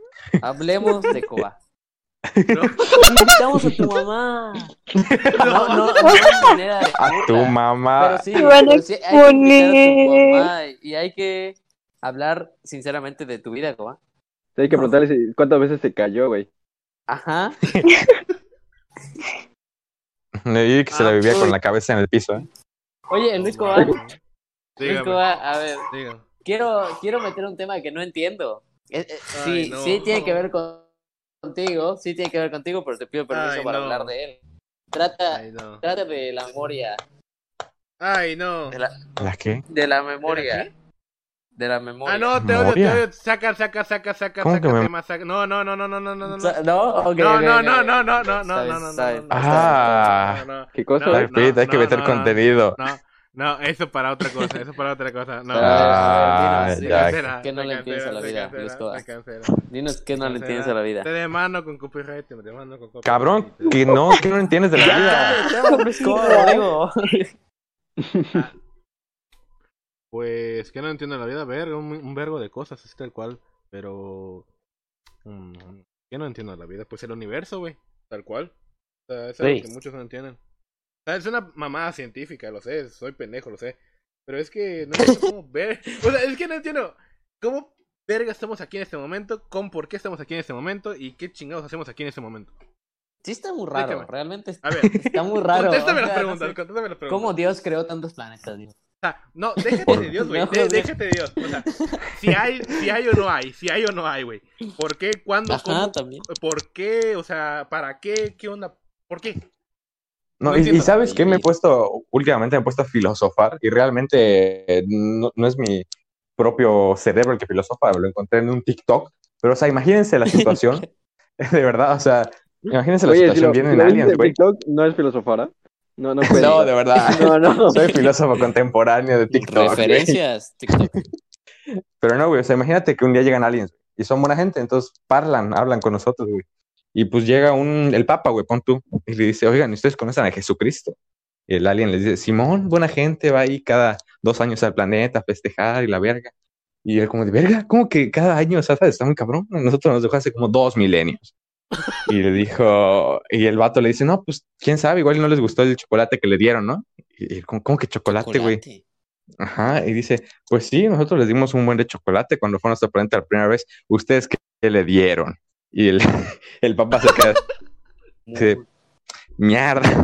Hablemos de Coba. No, Invitamos a tu mamá. No, no, no hay manera de. A tu mamá. Pero sí, Te van a pero sí hay que invitar exponer. a tu mamá y hay que hablar sinceramente de tu vida, Coba. Sí, Hay que preguntarle si- cuántas veces se cayó, güey. Ajá. Le dije que se la Ah, vivía con la cabeza en el piso. ¿eh? Oye, Luis no, Coba. mames. Luis Pues, Dígame, Coba, a ver. dígame. Quiero, quiero meter un tema que no entiendo. Eh, eh, sí, Ay, no. sí tiene que ver con- contigo, sí tiene que ver contigo, pero te pido permiso Ay, para no. hablar de él. Trata, Ay, no. trata de la memoria, Ay, no. de la, ¿La qué? de la memoria, de la memoria. Ah, no, te odio, te Memoria. odio. Saca, saca, saca, saca, ¿Cómo saca que me- tema, saca. No, no, no, no, no, no, no, no. Sa- ¿No? Ok, No, ok, no, ok. no, no, no, no, Está no, bien, no, no, está bien, no, está Ah. No, no, ¿Qué cosa? no, Jack el Pit, hay que no, meter no, contenido. No, no, eso para otra cosa, eso para otra cosa. No, Ah, se ya. cancela, Que no se le empieza cancela, la se vida, cancela, Luis Coa. se cancela. bien. Dinos que no le Cancela. entiendes a la vida. Te demando con copyright, te demando con copyright. Cabrón, que no, que no entiendes de la Ah. vida. Tema, Luis Coa, digo. Ah, Pues que no entiendo la vida, ver un, un vergo de cosas, así tal cual, pero... mm, que no entiendo la vida, pues el universo, güey, tal cual. O sea, es algo Sí. que muchos no entienden. O sea, es una mamada científica, lo sé, soy pendejo, lo sé. Pero es que no entiendo cómo ver... O sea, es que no entiendo cómo verga estamos aquí en este momento, con por qué estamos aquí en este momento y qué chingados hacemos aquí en este momento. Sí está muy raro, Explícame. realmente está, A ver, está muy raro. contéstame o las sea, no preguntas, sé contéstame las preguntas. ¿Cómo Dios creó tantos planetas? Dios? O sea, no, déjate de Dios, güey. No, de- güey. déjate de Dios. O sea, si hay, si hay o no hay, si hay o no hay, güey. ¿Por qué? ¿Cuándo? Ajá, ¿Cómo? también. ¿Por qué? O sea, ¿para qué? ¿Qué onda? ¿Por qué? No, No y- y, entiendo. sabes qué me he puesto, últimamente me he puesto a filosofar y realmente eh, no, no es mi propio cerebro el que filosofa, lo encontré en un TikTok, pero o sea, imagínense la situación, de verdad, o sea, imagínense la Oye, si situación, lo, si vienen lo aliens, viste en güey. TikTok, no es filosofara. No, no puede. No, de verdad, No, no. soy filósofo contemporáneo de TikTok. güey. Referencias, TikTok. Pero no, güey, o sea, imagínate que un día llegan aliens güey, y son buena gente, entonces parlan, hablan con nosotros, güey. Y pues llega un, el Papa, güey, pon tú, y le dice, oigan, ¿ustedes conocen a Jesucristo? Y el alien les dice, Simón, buena gente, va ahí cada dos años al planeta a festejar y la verga. Y él como de, verga, ¿cómo que cada año? O sea, ¿sabes? está muy cabrón. Nosotros nos dejó hace como dos milenios. Y le dijo, y el vato le dice, no, pues, quién sabe, igual no les gustó el chocolate que le dieron, ¿no? Y él como, ¿cómo que chocolate, güey? Chocolate. Ajá, y dice, pues sí, nosotros les dimos un buen de chocolate cuando fueron a nuestro planeta la primera vez. ¿Ustedes qué, qué le dieron? Y el, el papá se queda así, mierda,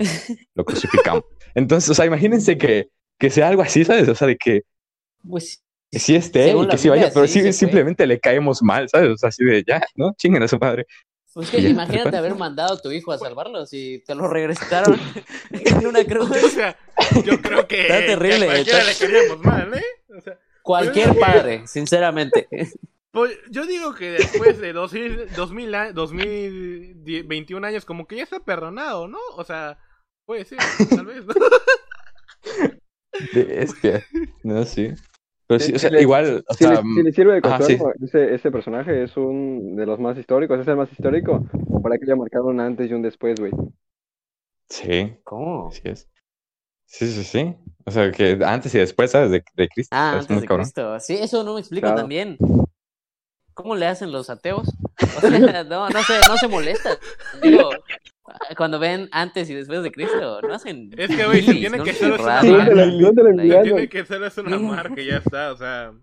lo crucificamos. Entonces, o sea, imagínense que, que sea algo así, ¿sabes? O sea, de que Pues sí esté Según y la que sí Biblia, vaya, pero sí, sí, se fue. simplemente le caemos mal, ¿sabes? O sea, así de ya, ¿no? Chinguen a su padre. Pues que Ya, imagínate recuerda. haber mandado a tu hijo a salvarlos y te lo regresaron en una cruz. O sea, yo creo que. Está terrible, que a cualquiera está- le queríamos mal, ¿eh? O sea, Cualquier padre, sinceramente. pues, yo digo que después de 2000, 2000, a- 2021 años, como que ya está perdonado, ¿no? O sea, puede ser, tal vez, ¿no? Bestia. este, No, sí. Pero sí, Sí, o sea, sí le- igual, o Si le, sea, si le sirve de ajá, consuelo, ese, ese personaje es un de los más históricos, es el más histórico, o para que haya marcado un antes y un después, güey. sí. ¿Cómo? Así es. Sí, sí, sí. O sea, que antes y después, ¿sabes? De, de Cristo. Ah, ¿sabes? antes Muy de cabrón. Cristo. Sí, eso no me explico Claro. también. ¿Cómo le hacen los ateos? O sea, no, no se, no se molestan. Digo, cuando ven antes y después de Cristo, no hacen. Es que, güey, se bilis, tiene no que hacen solo es una raras. Ah, marca. Suéltala, suéltala, Ahí Emiliano. Tiene que ser es una marca, ya está, o sea.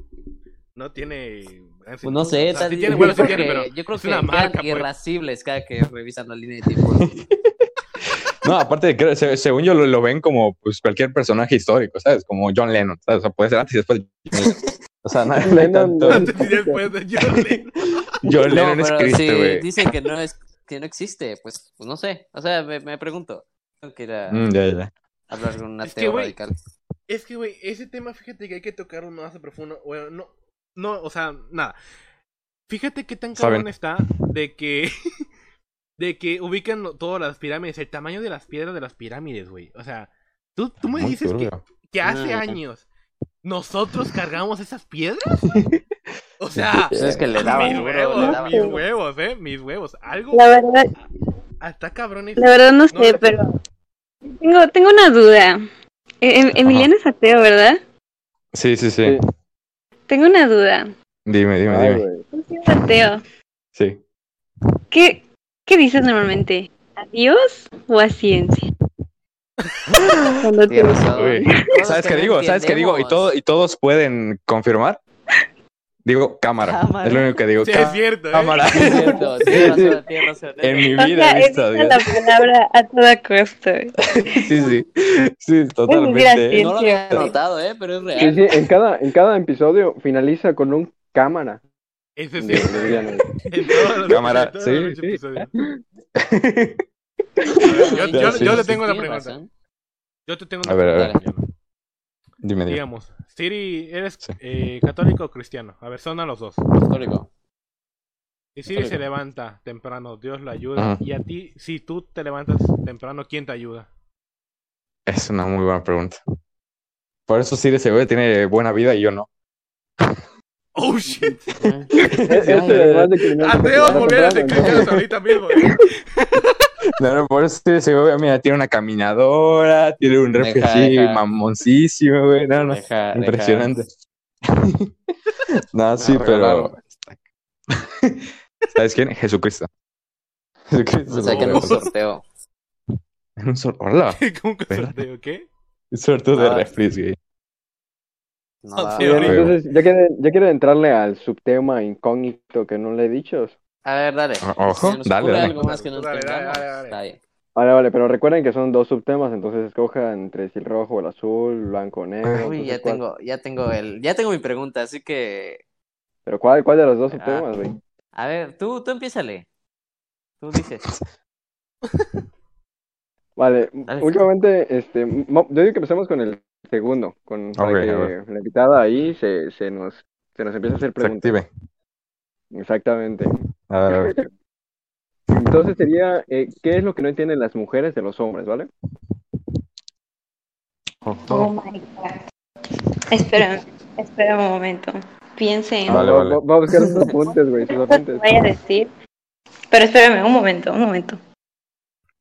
No tiene. Pues no sé, O sea, tal- sí tiene, yo bueno, sí creo tiene, que- pero. yo creo es que una quedan marca, pues. irascibles cada que revisan la línea de tiempo. No, aparte, creo- se- según yo lo, lo ven como pues, cualquier personaje histórico, ¿sabes? Como John Lennon, ¿sabes? O sea, puede ser antes y después. de John Lennon. O sea, no hay Lennon, tanto- Antes y después de John Lennon. John Lennon no, es pero Cristo, si güey. dicen que no es que no existe, pues, pues no sé. O sea, me, me pregunto. Tengo que ir a Mm, ya, ya. hablar con un Es que, ateo güey, radical. Es que, güey, ese tema, fíjate que hay que tocarlo más a profundo. Bueno, no, no, o sea, nada. Fíjate qué tan cabrón Saben. está de que. de que ubican lo- todas las pirámides, el tamaño de las piedras de las pirámides, güey. O sea, tú, tú me Muy dices que, turbio. que hace Ah. años nosotros cargamos esas piedras. O sea, Pues es que le daban mis duro, huevos, le daban mis duro. huevos, eh, mis huevos. Algo La verdad, hasta cabrón es- la verdad no sé, No. pero tengo, tengo una duda. E- em- Emiliano es ateo, ¿verdad? Sí, sí, sí. Sí. Tengo una duda. Dime, dime, Ay, Ah, dime. güey. Tú siendo ateo, Sí. ¿qué, qué dices normalmente? ¿A Dios o a ciencia? Cuando te- Tienes razón. Uy. Todos ¿Sabes qué que no digo? ¿Sabes qué digo? Y, todo, y todos pueden confirmar. Digo, cámara. Cámara. Es lo único que digo. Sí, Cá- es cierto, ¿eh? cámara. entendemos. Es cierto, tienes razón, tienes razón. En mi O sea, vida he visto a evita Dios. la palabra a toda costa. güey. Sí, sí. Sí, totalmente. gracias. No lo había notado, ¿eh? Pero es Sí, real. sí, en cada, en cada episodio finaliza con un cámara. Ese de- sí. de Emiliano. En todos los- Cámara, en todos sí, los sí. episodios. Sí, yo- sí, yo sí, le sí, tengo una tienes pregunta. razón. Yo te tengo A una ver, a pregunta, ver. Emiliano. Dime, dime. Digamos, Siri, ¿eres Sí. eh, católico o cristiano? A ver, son a los dos. Histórico. Si Siri se Católico. levanta temprano, Dios la ayuda. Ajá. Y a ti, si tú te levantas temprano, ¿quién te ayuda? Es una muy buena pregunta. Por eso Siri se ve, tiene buena vida y yo no. ¡Oh, shit! Ah, Es- es el más de criminal. ¡Ateo, volvieras de Temprano, cristianos ahorita mismo! No, no, por eso se ve, mira, tiene una caminadora, tiene un refri Deja, así deja. mamoncísimo, güey. No, no, Deja- deja- impresionante. no, sí, No, pero. regalaron. ¿Sabes quién? Jesucristo. Jesucristo. O sea, que en lo un regaló. sorteo. En un sor- Hola, ¿Cómo que ¿Verdad? sorteo? ¿Qué? suerte de Ah. refri, güey. No, No, va. sí, Bien, horrible. entonces, ya quieren, ya quieren entrarle al subtema incógnito que no le he dicho. A ver, dale. O- ojo, Si nos dale, ocurre dale. algo más que no Dale, dale, entendamos, dale, dale. está bien. Vale, vale, pero recuerden que son dos subtemas, entonces escojan entre si el rojo, el azul, blanco, negro. Uy, entonces, ya ¿cuál? tengo, ya tengo el, ya tengo mi pregunta, así que, Pero ¿cuál, cuál de los dos Ah. subtemas, güey? a ver, tú, tú empiézale. Tú dices. Vale, Dale. últimamente, este, mo- yo digo que empecemos con el segundo, con para Ok, a que ver. la invitada ahí se, se nos, se nos empiece a hacer Se preguntas. active. Exactamente. A ver, a ver. Entonces sería, eh, ¿qué es lo que no entienden las mujeres de los hombres, vale? Oh my god. Espera, espera un momento. Piensen. Vale, Va- vale. Va, va a buscar sus apuntes, güey, sus apuntes. voy a decir. Pero espérame, un momento, un momento.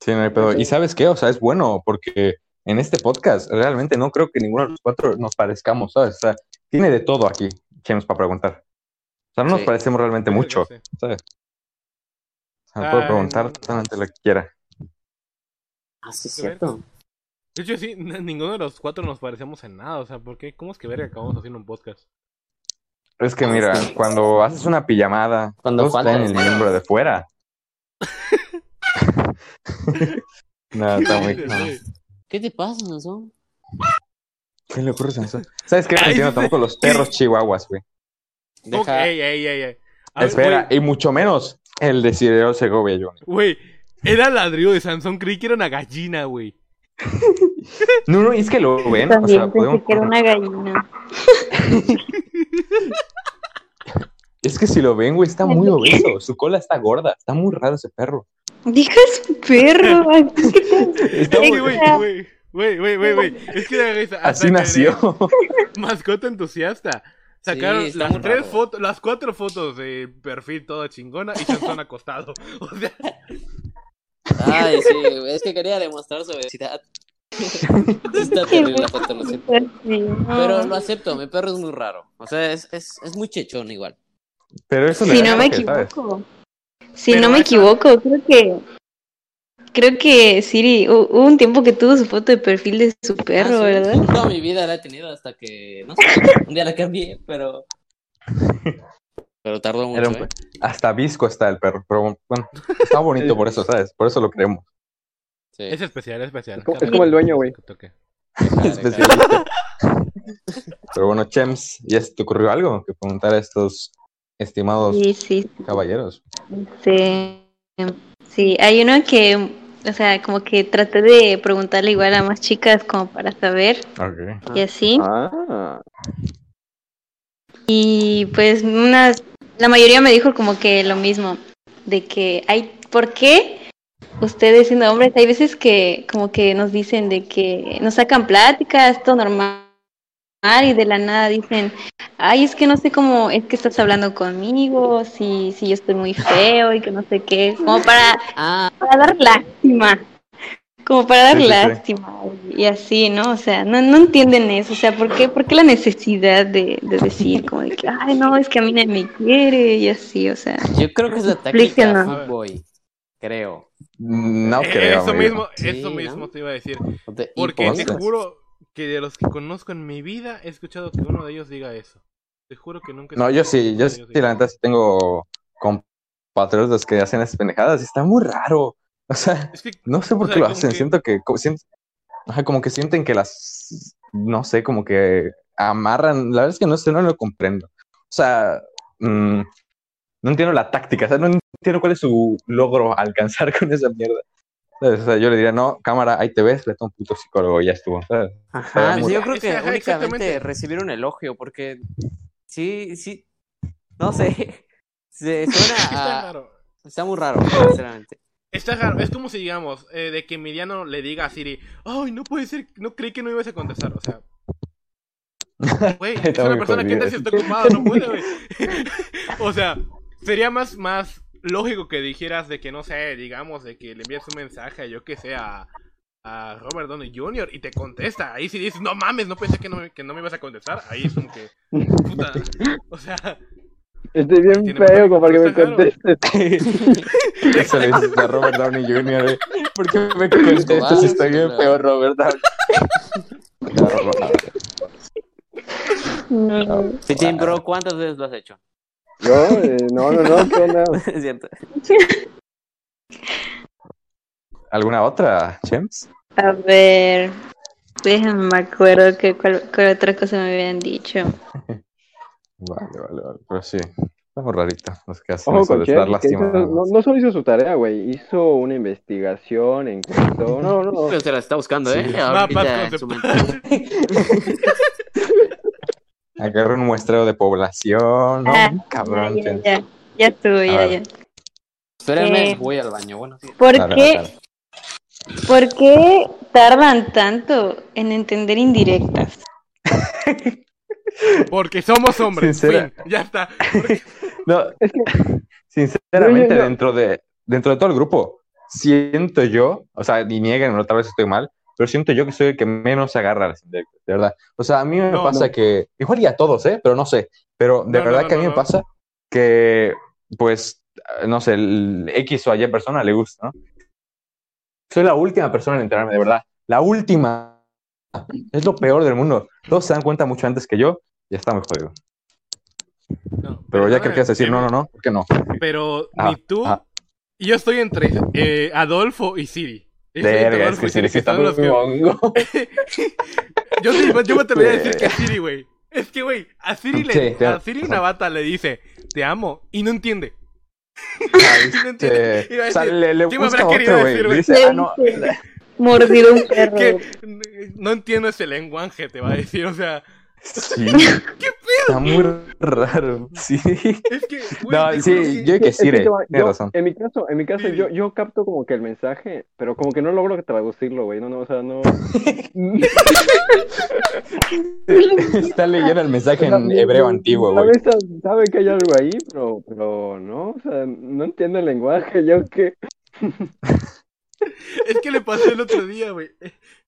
Sí, no hay pedo. ¿Y sabes qué? O sea, es bueno porque en este podcast realmente no creo que ninguno de los cuatro nos parezcamos, ¿sabes? O sea, tiene de todo aquí, James, para preguntar. O sea, no nos Sí. parecemos realmente mucho, Sí. ¿sabes? O sea, puedo Ah, preguntar no. totalmente lo que quiera. Ah, sí, es A ver. cierto. De hecho, sí, n- ninguno de los cuatro nos parecemos en nada. O sea, ¿por qué? ¿Cómo es que verga acabamos haciendo un podcast? Es que mira, cuando haces una pijamada, Ah, Cuando todos Juan- traen el miembro de fuera. no, Ah, está muy... no. ¿Qué te pasa, Sansón? ¿Qué le ocurre Sansón? ¿Sabes qué? No Ay, entiendo sí, tampoco los perros chihuahuas, güey. Deja- Ok, ey, ey, ey, Ah, ey. A ver, Espera, y mucho menos el de Cireo Segovia, Johnny. Güey, güey, era ladrillo de Sansón, creí que era una gallina, güey. No, no, es que lo ven, o sea, También podemos... pensé que era una gallina. Es que si lo ven, güey, está muy obeso, su cola está gorda, está muy raro ese perro. Digas perro. ay, ¿Qué te... Es que, Extra. güey, güey, güey, güey, güey, güey. Es que era esa- hasta Así que nació. de Mascota entusiasta. Sacaron Sí, está las muy tres raro. fotos, las cuatro fotos de perfil toda chingona y Sansón acostado. O sea, Ay, sí, güey, es que quería demostrar su obesidad. Está terrible la foto, lo siento. Sí, no. Pero lo acepto, mi perro es muy raro. O sea, es, es, es muy chechón igual. Pero eso le Si da no me toque, ¿sabes? equivoco. Si Pero no me esa- equivoco, creo que. Creo que Siri, hu- hubo un tiempo que tuvo su foto de perfil de su perro, Ah, sí, ¿verdad? Toda mi vida la he tenido hasta que, no sé, un día la cambié, pero... Pero tardó mucho, Era un- ¿eh? Hasta visco está el perro, pero bueno, está bonito por eso, ¿sabes? Por eso lo creemos. Sí. es especial, es especial. Es como- es como el dueño, güey. Que toque. Claro, claro. Especialista. Pero bueno, Chems, ¿ya se te ocurrió algo que preguntar a estos estimados Sí, sí, caballeros? sí. Sí, hay uno que, o sea, como que traté de preguntarle igual a más chicas como para saber Ok. y así. Ah, Y pues unas, la mayoría me dijo como que lo mismo, de que hay, ¿por qué ustedes siendo hombres? Hay veces que como que nos dicen de que nos sacan plática, esto normal, y de la nada dicen, ay, es que no sé cómo es que estás hablando conmigo, si, si yo estoy muy feo y que no sé qué, como para, Ah, para dar lástima. Como para dar Sí, sí, sí. lástima y así, ¿no? O sea, no, no entienden eso. O sea, ¿por qué, por qué la necesidad de, de decir como de que, ay, no, es que a mí nadie me quiere y así, o sea. yo creo que es la Explíquenlo. táctica Footboy. Creo. No Eh, creo. eso amigo. mismo, Sí, eso ¿no? mismo te iba a decir. O de Porque te Hipótesis. hipótesis. juro que de los que conozco en mi vida he escuchado que uno de ellos diga eso. Te juro que nunca. he No, yo escuchado que sí, uno yo de sí, ellos diga la neta sí tengo compatriotas que hacen esas pendejadas y está muy raro. O sea, eso. Es que no sé O por sea, qué lo como hacen, que- siento que como, siento- ajá, como que sienten que las, no sé, como que amarran, la verdad es que no sé, no lo comprendo. O sea, mm, no entiendo la táctica, o sea, no entiendo cuál es su logro alcanzar con esa mierda. ¿Sabes? O sea, yo le diría, no, cámara, ahí te ves, le tomo un puto psicólogo y ya estuvo. ¿sabes? Ajá, Muy sí, yo raro. creo que Ese, ajá, únicamente exactamente. recibir un elogio, porque sí, sí, no sé, se Está Ah. suena a... raro. Está muy raro, sinceramente. Está raro. Es como si digamos, eh, de que Emiliano le diga a Siri, ay, no puede ser, no creí que no ibas a contestar. O sea. Güey, es Está una muy persona que jodido. antes está ocupada, no puede, güey. o sea, sería más, más lógico que dijeras de que, no sé, digamos, de que le envías un mensaje, yo que sé, a, a Robert Downey Jr. y te contesta. Ahí sí dices, no mames, no pensé que no, me- que no me ibas a contestar. Ahí es como que, puta, o sea, Estoy bien Tiene feo como para que me contacto, contestes. Eso le dices a Robert Downey Jr. eh, ¿Por qué me contestas? Escobar, Está bien claro. feo, Robert Downey. No. Ah, Pitín, bro, ¿cuántas veces lo has hecho? Yo, eh, no, no, no, qué onda. Es cierto. ¿Alguna otra, James? A ver, déjame me acuerdo que cuál, cuál otra cosa me habían dicho. Vale, vale, vale. Pero sí, estamos raritas. Nos quedas Ojo eso con de Cher, estar que hizo- no, lastimados. no solo hizo su tarea, güey, hizo una investigación, encuestó, no, no, Pero se la está buscando, Sí. ¿eh? Mapas Ahorita en su conceptuales. mente. Agarra un muestreo de población. ¿no? Ah, Cabrón, ya, James. ya, ya, ya estuvo, ya, ver. ya. Espérenme, Eh. voy al baño. Bueno, sí. ¿Por Claro, qué, claro. ¿Por qué tardan tanto en entender indirectas? porque somos hombres. Sincera. Fin, ya está. No, Es que- sinceramente, Yo- yo- yo- dentro de dentro de todo el grupo, siento yo, o sea, ni nieguen, otra vez estoy mal, pero siento yo que soy el que menos se agarra a las indirectas, de verdad. O sea, a mí me No, pasa no. que, igual y a todos, ¿eh? Pero no sé, pero de No, no, verdad no, que a mí no, me no. pasa que, pues, no sé, el X o Y persona le gusta, ¿no? Soy la última persona en enterarme, de verdad. La última. Es lo peor del mundo. Todos se dan cuenta mucho antes que yo y está muy jodido. Pero ya que quieres decir, no, no, no, ¿por qué no? Pero Ah, ni tú, ah. yo estoy entre eh, Adolfo y Siri. Yo estoy entre Verga, es Adolfo que y sí, Siri, sí que está son muy los que- mongo. yo, sí, yo me atrevería a decir Verga. que Siri, güey. Es que, güey, a Siri, le, Sí, te- a Siri una bata le dice, te amo, y no entiende. Y no entiende. Este, Iba a o sea, decir, le, le ¿qué me busca habrá querido otro, güey. decir, güey? Dice, Le ah, no, dice, Mordido un perro. Que no entiendo ese lenguaje, te va a decir, o sea, sí. Está muy raro, sí. es que, güey, No, te juro sí, que- yo hay que Es que decir, te va- tiene yo- razón. En mi caso, en mi caso, Sí. yo, yo capto como que el mensaje, pero como que no logro traducirlo, güey. No, no, o sea, no. Está leyendo el mensaje en hebreo antiguo, güey. Sabe, sabe que hay algo ahí, pero, pero no, o sea, no entiendo el lenguaje. Yo que. Es que le pasó el otro día, güey.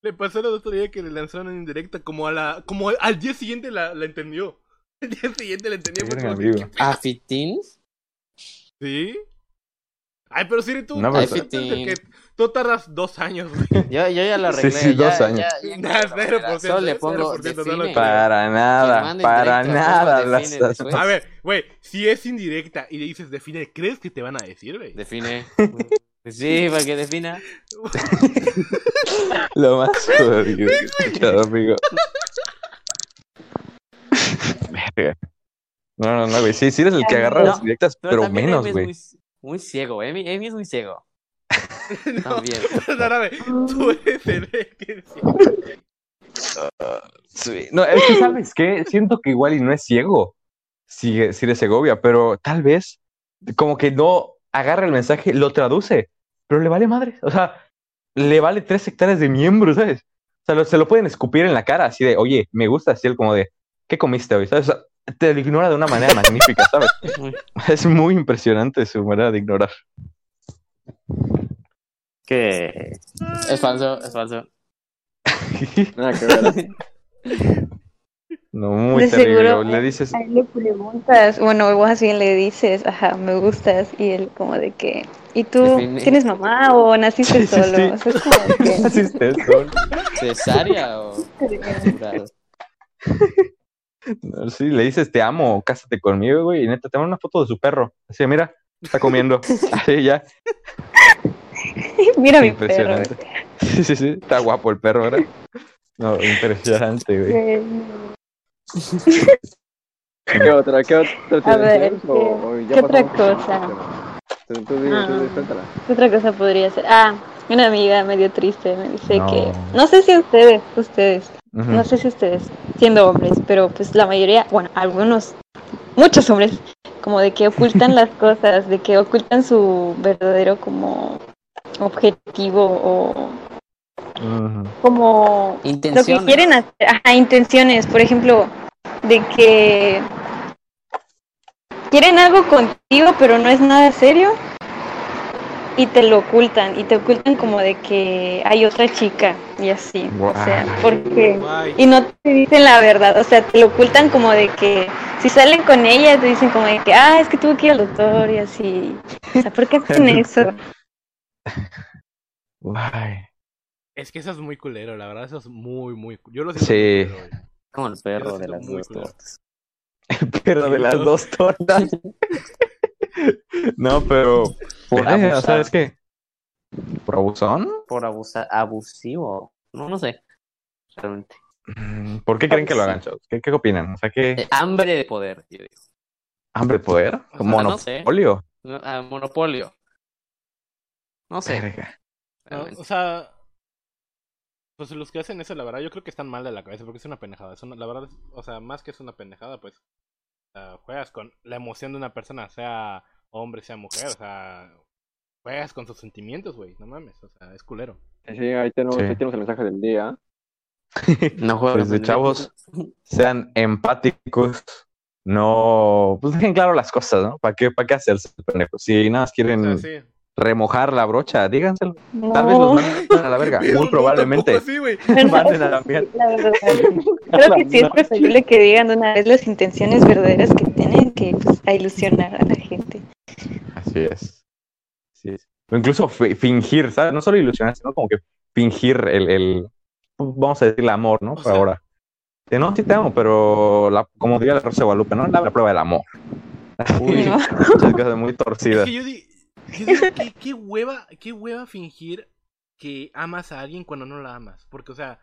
Le pasó el otro día que le lanzaron en directa como a la. como al día siguiente la, la entendió. El día siguiente la entendió. fue Verga, como que, amigo. ¿A Fitín? ¿Sí? Ay, pero Siri, tú. No, pues, No, pero- que tú tardas dos años, güey. Yo, yo ya lo Sí, arreglé. sí, ya- dos años. ya- ya- Nada, cero por ciento, Solo le cero pongo por ciento, no define. lo creo. Para nada, manden para directo, nada. ¿cómo las- defines, güey? A ver, güey, si es indirecta y le dices define, ¿crees que te van a decir, güey? Define. Sí, para que defina. Lo más jodido que he escuchado, amigo. Verga. No, no, no, güey. Sí, sí eres el que agarra No, las directas, Pero, pero también menos, Emi es güey. Muy, muy ciego, Emi, Emi es muy ciego. También. Perdóname, tú eres el que Sí, no, es que sabes qué, siento que igual y no es ciego, sigue, sigue Segovia, pero tal vez como que no agarra el mensaje, lo traduce, pero le vale madre, o sea, le vale tres hectáreas de miembro, ¿sabes? O sea, lo- se lo pueden escupir en la cara, así de, oye, me gusta, así el como de, ¿qué comiste hoy? ¿Sabes? O sea, te lo ignora de una manera magnífica, ¿sabes? Es muy impresionante su manera de ignorar. Que es falso, es falso. Nada que ver. No, muy De terrible. seguro- Le dices, A él le preguntas, bueno, vos así le dices, ajá, me gustas, y él como de que, ¿y tú Define. tienes mamá o naciste Sí, sí, solo? sí. O sea, es como que- "Naciste solo". ¿Cesárea o.? natural? No, Sí, le dices te amo, cásate conmigo, güey. Y neta, te mando una foto de su perro. Así, mira, está comiendo. Así, ya. Mira mi perro. Impresionante. Sí, sí, sí. Está guapo el perro, ¿verdad? No, impresionante, güey. Eh, ¿Qué otra? ¿Qué otra? A ver, ¿Tienes? ¿qué- ¿O- o ya qué otra pasamos? cosa? Tú- tú di- tú di- Ah. suéltala. ¿Qué otra cosa podría ser? Ah, una amiga medio triste me dice No. que, no sé si ustedes, ustedes, Ujú. no sé si ustedes, siendo hombres, pero pues la mayoría, bueno, algunos, muchos hombres, como de que ocultan las cosas, de que ocultan su verdadero como objetivo o Ujú. como lo que Intenciones. quieren hacer, ajá, intenciones, por ejemplo, de que quieren algo contigo, pero no es nada serio, y te lo ocultan, y te ocultan como de que hay otra chica y así, o sea, Guau. porque Guay. y no te dicen la verdad, o sea, te lo ocultan como de que si salen con ella te dicen como de que, ah, es que tuve que ir al doctor y así, o sea, ¿por qué hacen eso? Guay. Es que eso es muy culero, la verdad, eso es muy, muy. cu- Yo lo Sí. muy culero, güey. Como el Yo perro lo de siento las muy dos culero. tortas. Pero de las dos tortas. No, pero. Por Eh, abusar. ¿Sabes qué? ¿Por abusón? Por abusar, abusivo. No, no sé. Realmente. Mm, ¿Por qué creen que lo hagan, chavos? ¿Qué, qué opinan? O sea, ¿qué Eh, hambre de poder, yo digo. hambre de poder? O sea, no sé. ¿Monopolio? No, ah, monopolio. No sé. Verga. No, realmente. Ah, o sea, pues los que hacen eso, la verdad, yo creo que están mal de la cabeza porque es una pendejada. Es una- la verdad, es- o sea, más que es una pendejada, pues ah, juegas con la emoción de una persona, sea hombre, sea mujer, o sea, juegas con sus sentimientos, güey. No mames, o sea, es culero. Sí, ahí tenemos, Sí. ahí tenemos el mensaje del día. No juego. Pues de chavos, sean empáticos. No, pues dejen claro las cosas, ¿no? ¿Para qué, para qué hacerse pendejos? Si nada más O sea, quieren sí. remojar la brocha, díganselo. No, Tal vez los manden a la verga, muy probablemente. Sí, güey. pero no, Manden a la mierda. la verdad, creo que sí es preferible que digan de una vez las intenciones verdaderas que tienen que pues, a ilusionar a la gente. Así es. Así es. O incluso fi- fingir, ¿sabes? No solo ilusionar, sino como que fingir el, el- vamos a decir, el amor, ¿no? O Por sea- ahora. Eh, no, sí te amo, pero la- como diría la Rosa de Guadalupe, ¿no? La, la prueba del amor. Uy, ¿no? muchas cosas muy Es torcidas. que yo, di- yo digo que qué hueva, qué hueva fingir que amas a alguien cuando no la amas. Porque, o sea,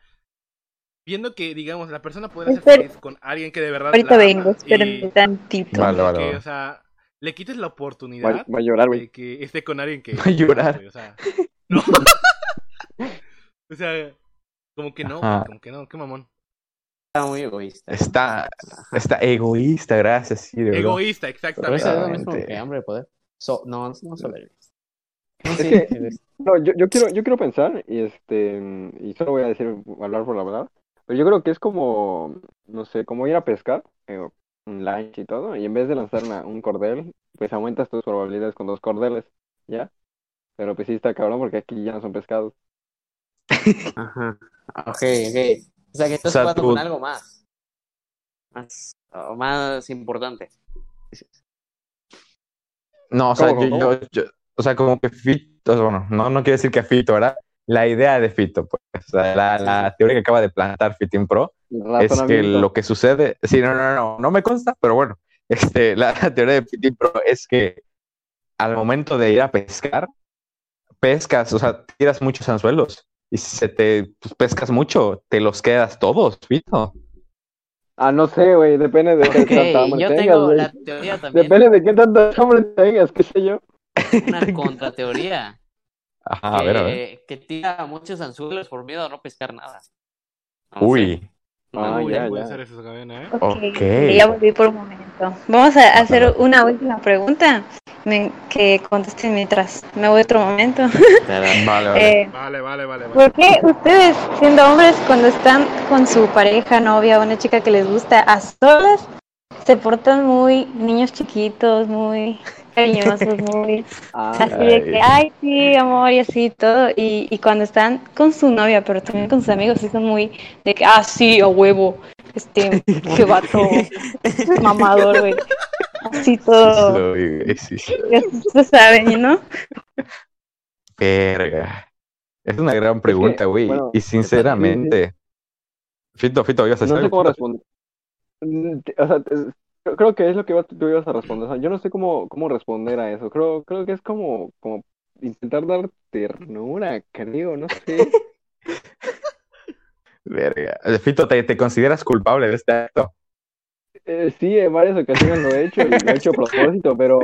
viendo que, digamos, la persona podrá ser Espera. feliz con alguien que de verdad Ahorita la ama vengo, y- espérenme tantito. Vale, vale, que, vale. o sea, le quites la Va, oportunidad va a llorar, güey. de que esté con alguien que... Va a llorar. O sea, no. o sea, como que no, güey, Ajá. como que no, qué mamón. Está muy egoísta. ¿no? Está, está egoísta, gracias. Sí, de verdad. Egoísta, Pero eso es lo exactamente. mismo Exactamente. que hambre de poder. So, no, no soberbia. No, Es sí, que- este, egoísta. No, yo, yo quiero, yo quiero pensar, y este, y solo voy a decir, hablar por la verdad, pero yo creo que es como, no sé, como ir a pescar, eh, o un lanche y todo, y en vez de lanzar una- un cordel, pues aumentas tus probabilidades con dos cordeles, ¿ya? Pero pues sí está cabrón porque aquí ya no son pescados. Ajá. Ah, Ok, ok. O sea, que O estás sea, jugando tú- con algo más. Más, o más importante. No, o sea, ¿Cómo, yo, cómo, yo- yo- o sea, como que Fito, o sea, bueno, no, no quiero decir que Fito, ¿verdad? La idea de Fito, pues, o sea, la, la teoría que acaba de plantar Fitin Pro es que Razonamiento. lo que sucede, sí, no, no, no, no me consta, pero bueno, este, la, la teoría de Fitin Pro es que al momento de ir a pescar, pescas, o sea, tiras muchos anzuelos y si se te pues, pescas mucho, te los quedas todos, Fito. Ah, no sé, güey, depende de Ok, qué tanta hambre yo tengas, tengo güey. la teoría también. Depende de qué tanta hambre tengas, qué sé yo. Una contrateoría. Ajá, a que, ver, a ver. que tira muchos anzuelos por miedo a no pescar nada. No sé. Uy, Ah, Uy, ya, puede ya. ser eso, Gabriela, ¿eh? Ok. ya volví por un momento. Vamos a hacer una última pregunta me- que contesten mientras me voy a otro momento. vale, vale. Eh, Vale, vale, vale. vale. ¿Por qué ustedes, siendo hombres, cuando están con su pareja, novia o una chica que les gusta a solas, se portan muy niños chiquitos, muy cariñosos, muy Ah, así de que, ay, sí, amor, y así todo? Y, y cuando están con su novia, pero también con sus amigos, sí son muy de que, ah, sí, a huevo, este, qué vato mamador, güey. Así todo, Soy- güey, sí, sí. ya se saben, ¿no? Verga. Es una gran pregunta, güey. bueno, y sinceramente. Fito, Fito, ibas a decir No sé algo? cómo responder. Mm, te- O sea, te- creo- creo que es lo que iba- tú ibas a responder. O sea, yo no sé cómo, cómo responder a eso. Creo, creo que es como, como intentar dar ternura, creo, no sé. Verga. Fito, ¿te, te consideras culpable de este acto? Eh, sí, en varias ocasiones lo he hecho y lo he hecho a propósito, pero,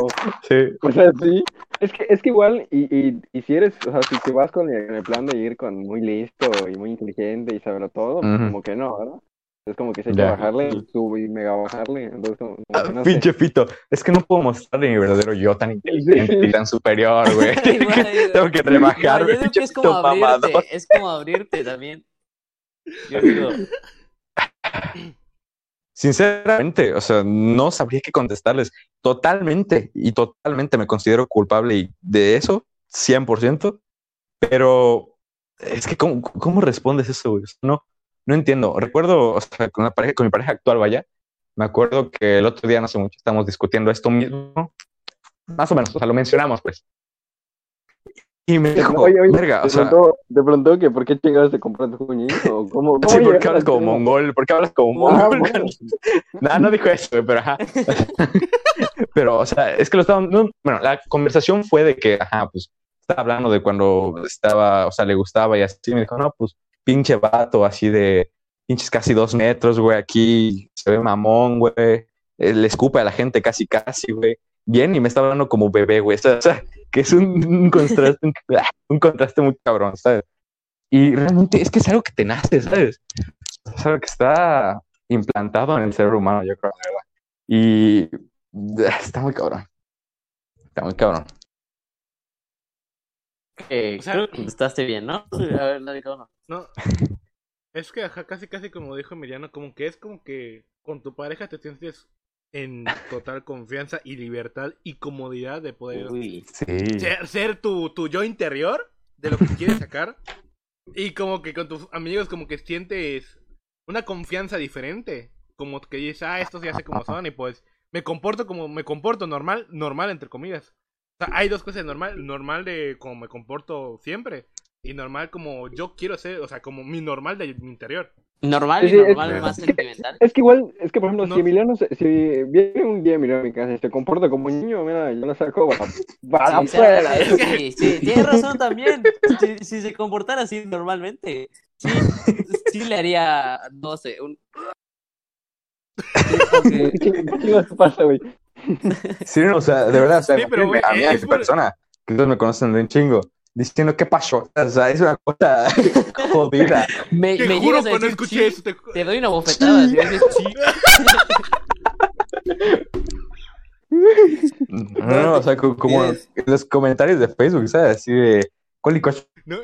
Sí. o sea, sí. Es que, es que igual, y, y, y si eres, o sea, si te vas con el, con el plan de ir con muy listo y muy inteligente y saberlo todo, pues Ujú. como que no, ¿verdad? Es como que se hay que Ya. bajarle y sube y mega bajarle. Entonces, como- como Ah, que no sé. pinche Fito. Es que no puedo mostrar mi verdadero yo tan inteligente y tan superior, güey. Tengo que- Igual- Tengo que No, rebajarme, yo digo pinche que es como Fito abrirte, mamador. es como abrirte también. Yo digo, Sinceramente, o sea, no sabría qué contestarles. Totalmente y totalmente me considero culpable y de eso 100%, pero es que ¿cómo, cómo respondes eso, güey? O sea, no, no entiendo. Recuerdo, o sea, con, la pareja, con mi pareja actual, vaya, me acuerdo que el otro día, no sé mucho, estábamos discutiendo esto mismo, más o menos, o sea, lo mencionamos, pues. Y me dijo, Oye, oye, verga, de, o sea, pronto, de pronto que por qué chingados te compraste un muñeco o cómo, cómo sí, ¿por llegaste qué a hablas como hacer eso? mongol? ¿Por qué hablas como Ah, mongol? bueno. No, no dijo eso, güey, pero ajá. pero, o sea, es que lo estaban. no, bueno, la conversación fue de que, ajá, pues estaba hablando de cuando estaba, o sea, le gustaba y así. Me dijo, no, pues pinche vato, así de pinches casi dos metros, güey, aquí se ve mamón, güey. eh, Le escupe a la gente casi, casi, güey. Bien, y me estaba hablando como bebé, güey. O sea, o sea, que es un, un contraste, un, un contraste muy cabrón, ¿sabes? Y realmente es que es algo que te nace, ¿sabes? Es algo que está implantado en el cerebro humano, yo creo, la verdad. Y está muy cabrón. Está muy cabrón. Eh, O sea- creo que contestaste bien, ¿no? A ver, no digo no. No. Es que ajá, casi casi como dijo Emiliano, como que es como que con tu pareja te sientes en total confianza y libertad y comodidad de poder Uy. Sí. ser, ser tu, tu yo interior de lo que quieres sacar. Y como que con tus amigos como que sientes una confianza diferente. Como que dices, ah, estos ya sé cómo son y pues me comporto como me comporto normal, normal entre comillas. O sea, hay dos cosas normal, normal de como me comporto siempre y normal como yo quiero ser, o sea, como mi normal de mi interior. Normal y Sí, sí, es- normal más sentimental. Es que igual, es que por ejemplo, No. si Emiliano, se- si viene un día Emiliano a mi casa y se comporta como un niño, mira, yo lo saco para, para Ah, Sí, pues. afuera. sí, sí, sí, tienes razón también. Si, si se comportara así normalmente, sí, sí le haría, no sé, un... Sí, porque- ¿Qué ching- qué chingados te pasa, güey? Sí, no, o sea, de verdad, o sea, Sí, pero, imagínense güey, a mí, a es mi por- persona, que todos me conocen de un chingo, diciendo qué pasó. O sea, es una cosa jodida. me, Te me juro llegas a que no decir, escuché "Sí", eso. te ju- Te doy una bofetada. si me dices, "Sí". No, no, o sea, co- como en los comentarios de Facebook, ¿sabes? Así de, cólico, No,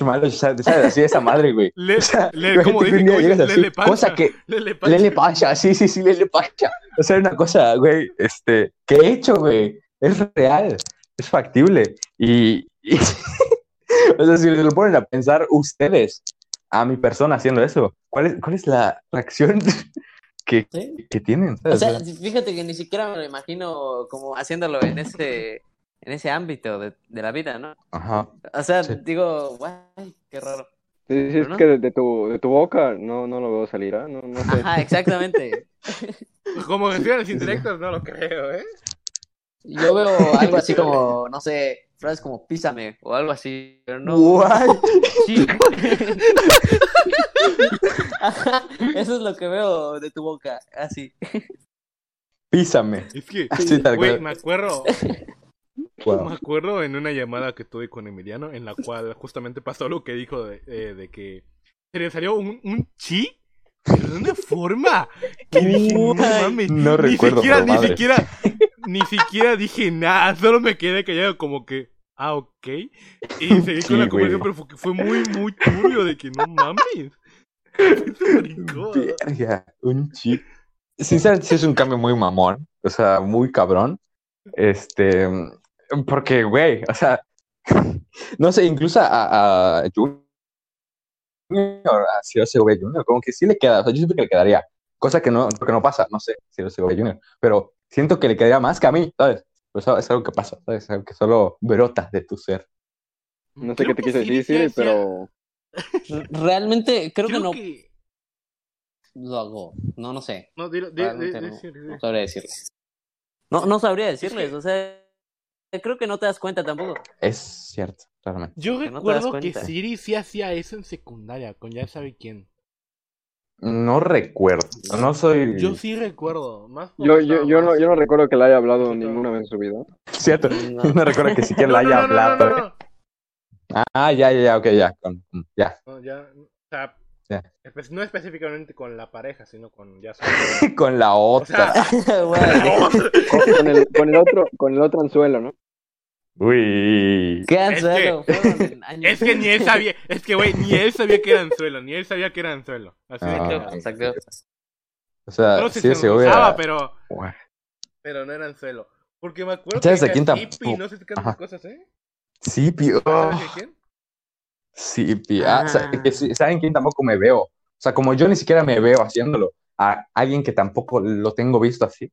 malo, ¿sabes? Así de esa madre, güey. le, O sea, le, como imagínate que un dicen, día como llegas dicen, así, lele pancha, cosa que lele pancha. Lele Pacha, sí, sí, sí, Lele Pacha. O sea, una cosa, güey, este, que he hecho, güey, es real, es factible. Y, y- o sea, si lo ponen a pensar ustedes, a mi persona haciendo eso, ¿cuál es, cuál es la reacción que, Sí. que tienen? O ¿sabes? sea, fíjate que ni siquiera me lo imagino como haciéndolo en ese, en ese ámbito de, de la vida, ¿no? Ajá. O sea, Sí. digo, guay, qué raro. Sí, sí, es Pero no. que de, de tu, de tu boca no, no lo veo salir, ¿ah? No, no sé. Ajá, exactamente. Como decían los indirectos, no lo creo, ¿eh? Yo veo algo así como, no sé, frases como písame o algo así, pero no. What? Sí. Ajá, eso es lo que veo de tu boca, así. Písame. Es que, Así tal güey, cual. me acuerdo, Wow. me acuerdo en una llamada que tuve con Emiliano, en la cual justamente pasó lo que dijo de, eh, de que se le salió un, un chi, pero de una forma que dije, no mames, No ni recuerdo, siquiera, pero ni madre. siquiera, ni siquiera dije nada, solo me quedé callado como que, ah, ok, y seguí Sí, con la güey. conversación, pero fue, fue muy, muy turbio de que no mames. Súper incómodo. Verga, un chip. Sinceramente, sí es un cambio muy mamón, o sea, muy cabrón. Este, porque, güey, o sea, no sé, incluso a, a Junior, a Ciro Segovia Junior, como que sí le queda, o sea, yo siento que le quedaría, cosa que no, que no pasa, no sé, Ciro Segovia Junior, pero siento que le quedaría más que a mí, ¿sabes? Pues es algo que pasa, ¿sabes? Es algo que solo brota de tu ser. No sé Creo qué te que quise sí decir, decía- Siri, decía- pero. Realmente creo que creo no que- lo hago, no, no sé. No, dilo, di- di- Realmente di- Ah, no, sí, sí. no sabría decirles. No, no sabría decirles, o sea, creo que no te das cuenta tampoco. Es cierto, claramente. Yo que no te recuerdo das que cuenta. Siri sí hacía eso en secundaria, con ya sabe quién. No recuerdo, no soy... Yo sí recuerdo, más por Yo, estaba yo, yo, no, más- yo no recuerdo que le haya hablado ninguna vez en su vida. Cierto, No. no recuerdo que siquiera No, la no, haya no, no, no, hablado. no, no. Ah, ya, ya, ya, ok, ya. con- mm, ya. No, ya, o sea, Ya. espe- no específicamente con la pareja, sino con ya sabe. Con la O sea, otra. Bueno, O Con el, con el otro, con el otro anzuelo, ¿no? Uy. qué Es que- anzuelo, fueron años. es que ni él sabía, es que güey, ni él sabía que era anzuelo, ni él sabía que era anzuelo. Así de Ah. que Exacto. O sea, Ah, no sí, sé si se se usaba, hubiera. pero, Guau. pero no era anzuelo. Porque me acuerdo ¿Sabes que a quién era tampoco? hippie, no sé qué otras Ajá. cosas, ¿eh? Sí, oh. pio. Ah. ¿Sabes de quién? Sí, pio. Ah, sa- que sí, ¿Saben quién tampoco me veo? O sea, como yo ni siquiera me veo haciéndolo. A alguien que tampoco lo tengo visto así.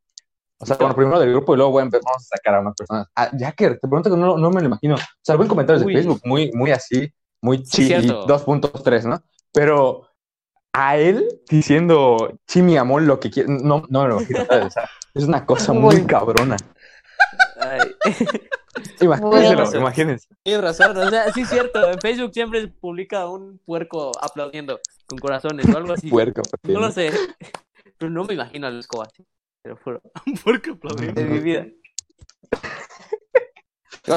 O sea, bueno, primero del grupo y luego bueno, vamos a sacar a unas personas. Ah, Jacker, te pregunto que no, no me lo imagino. O sea, veo en comentarios de Uy. Facebook muy, muy así, muy Sí, chi cierto. 2.3, ¿no? Pero a él diciendo chi mi amor lo que quiere, no, no me lo imagino. ¿sabes? O sea, es una cosa muy Bueno. cabrona. Ay, Imagínenselo, Bueno. imagínense. tienes razón, o sea, sí es cierto. En Facebook siempre publica un puerco aplaudiendo con corazones o algo así. Puerco, No lo sé. Pero no me imagino a Luis Escobar, te lo juro, ¿Por qué aplaudiendo? de mi vida.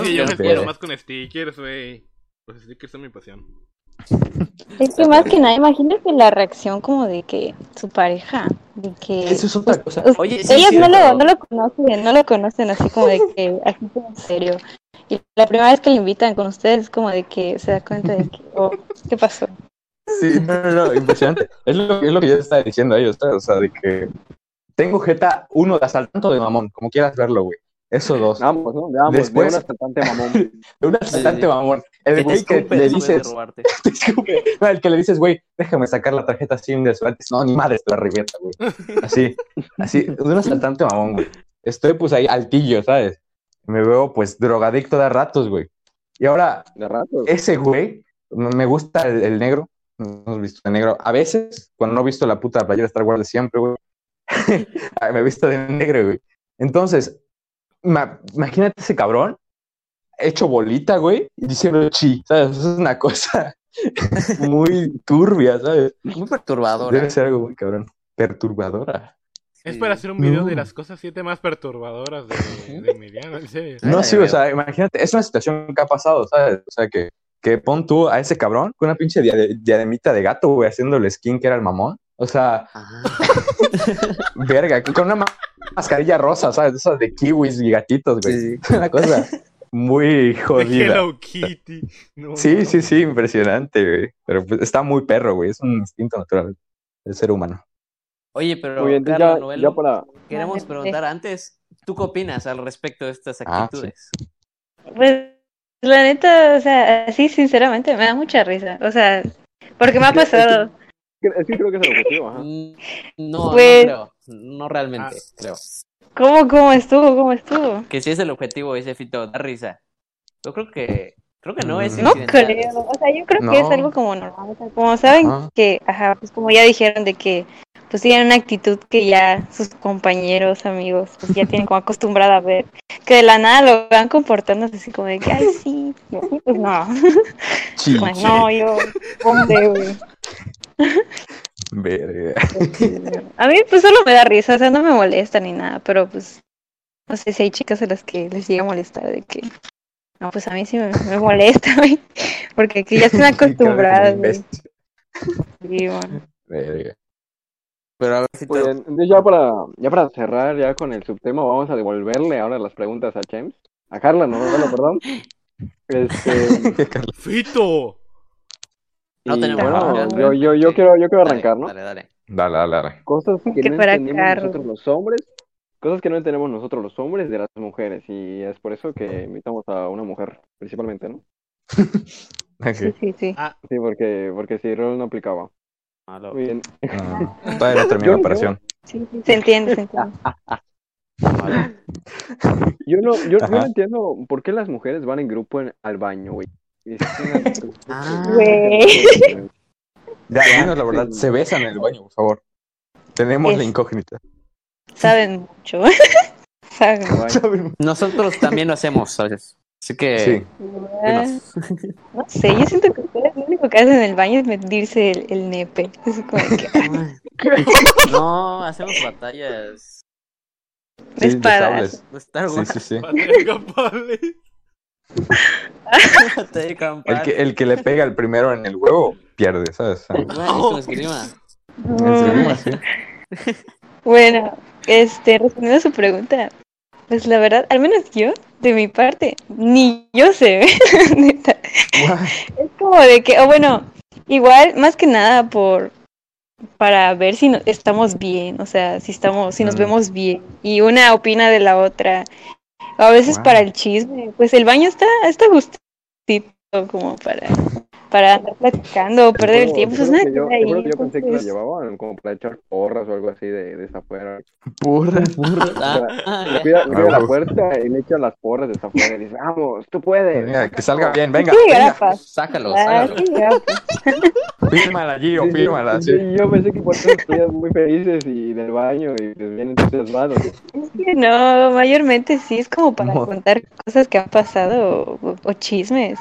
Sí, yo me Pero- espero más con stickers, güey. Los stickers son mi pasión. Es que más que nada, imagínate la reacción como de que su pareja, de que Eso es otra cosa. Us- Oye, sí, ellas es no lo, cierto. no lo conocen, no lo conocen así como de que, así como en serio. Y la primera vez que le invitan con ustedes es como de que se da cuenta de que, oh, ¿qué pasó? Sí, no, no, no, impresionante. Es lo, es lo que yo estaba diciendo a ellos, ¿sabes? o sea, de que tengo jeta uno de asaltante o de mamón, como quieras verlo, güey. Eso dos. Ambos, ¿no? De ambos, Después- de un asaltante mamón. De un asaltante sí. mamón. El Que te güey Eh, que escupe le después de dices, robarte. te escupe. No, el que le dices, güey, déjame sacar la tarjeta SIM de antes. No, ni madre, te la revienta, güey. Así, así, de un asaltante mamón, güey. Estoy pues ahí altillo, ¿sabes? Me veo pues drogadicto de a ratos, güey. Y ahora, De rato. ese güey, m- me gusta el, el negro. No he visto de negro. A veces, cuando no he visto la puta playera de Star Wars de siempre, güey. me he visto de negro, güey. Entonces, ma- imagínate ese cabrón hecho bolita, güey, y diciendo chi, ¿sabes? Eso es una cosa muy turbia, ¿sabes? Muy perturbador. ¿eh? Debe ser algo muy cabrón. Perturbadora. Es para hacer un video No. de las cosas siete más perturbadoras de, de Emiliano, en serio. No, sí, o sea, imagínate, es una situación que ha pasado, ¿sabes? O sea, que, que pon tú a ese cabrón con una pinche dia- diademita de gato, güey, haciéndole skin que era el mamón. O sea, Ah. verga, con una ma- mascarilla rosa, ¿sabes? De Esas de kiwis y gatitos, güey. Una cosa muy De jodida. Hello Kitty. No, Sí, no. sí, sí, impresionante, güey. Pero pues, está muy perro, güey. Es un instinto natural del ser humano. Oye, pero Muy bien, entonces Carlos ya, Novelo, ya para. queremos Vale, preguntar antes, ¿tú qué opinas al respecto de estas Ah, actitudes? Pues, la neta, o sea, así sinceramente me da mucha risa, o sea, porque me ha pasado. Es que creo que es el objetivo, ajá. Mm, No, Pues- no creo, no realmente, Ah. creo. ¿Cómo, cómo estuvo, cómo estuvo? Que si es el objetivo, dice Fito, da risa. Yo creo que, creo que no es Mm. No incidental. creo, o sea, yo creo No. que es algo como normal, o sea, como saben Ajá. que, ajá, pues como ya dijeron de que, pues tienen una actitud que ya sus compañeros, amigos, pues ya tienen como acostumbrada a ver, que de la nada lo van comportándose así como de que, ay, sí, y así, pues no, Sí, Como, no, yo, hombre, güey. verga. A mí pues solo me da risa, o sea, no me molesta ni nada, pero pues, no sé si hay chicas a las que les llega a molestar de que, no, pues a mí sí me, me molesta, güey, porque que ya están Sí, cabrón, como acostumbradas, güey. imbécil. Sí, bueno. Verga. Pero a ver, Fito, Muy bien, entonces ya para, ya para cerrar ya con el subtema, vamos a devolverle ahora las preguntas a James. A Carla, no, bueno, perdón. Este, ¡Fito! No y tenemos bueno, preguntas, yo, yo, yo sí. quiero, yo quiero dale, arrancar, ¿no? Dale, dale. Dale, dale, dale. Cosas que, Que no fuera entendemos Carla. nosotros los hombres, cosas que no entendemos nosotros los hombres de las mujeres, y es por eso que invitamos a una mujer, principalmente, ¿no? Sí, Ok. sí, sí. Sí, porque, porque si rol no aplicaba. Ah, lo- Muy bien. No, todavía no termina la operación. Sí, sí, se entiende, se entiende. Yo no, yo, yo no Ajá. entiendo por qué las mujeres van en grupo en- al baño, güey. Es una- Ah. Güey. Ya, dinos la verdad, se besan en el baño, por favor. Tenemos la Es- incógnita. Saben mucho. Saben. Nosotros también lo hacemos, ¿sabes? Así que, Sí. Eh. dinos. No sé, yo siento que ustedes lo único que hacen en el baño es medirse el, el nepe. Es como que No, hacemos batallas. Sí, espadas. desables. No Sí, sí, está sí. Patea campales. batalla campal. El que, el que le pega el primero en el huevo, pierde, ¿sabes? O sea, Bueno, es con esgrima. Mm. esgrima, sí. Bueno, este, respondiendo a su pregunta, pues la verdad, al menos yo, de mi parte, ni yo sé, neta. Es como de que, o bueno, igual, más que nada por, para ver si no- estamos bien, o sea, si estamos, si nos Mm. vemos bien, y una opina de la otra. A veces Guau. para el chisme, pues el baño está, está a gusto, tito como para, para andar platicando o perder el Yo- tiempo. yo Pues creo nada, que yo, ahí, Pues yo creo que yo pensé que lo entonces, llevaban como para echar porras o algo así de, de esa fuera. Porra. Ah, Le Ah, cuida, le pues. cuida la puerta y le echa las porras de esa fuera y dice, vamos, tú puedes. Venga, que salga bien, venga. sí llegará venga. fácil, Sácalo, ah, sácalo. sí llegará fácil. Fírmala, Gio, Sí, sí, fírmala. sí, Sí. Yo pensé que por eso ustedes muy felices y del baño y les vienen entusiasmados. Es que No, mayormente sí, es como para No. contar cosas que han pasado o, o chismes.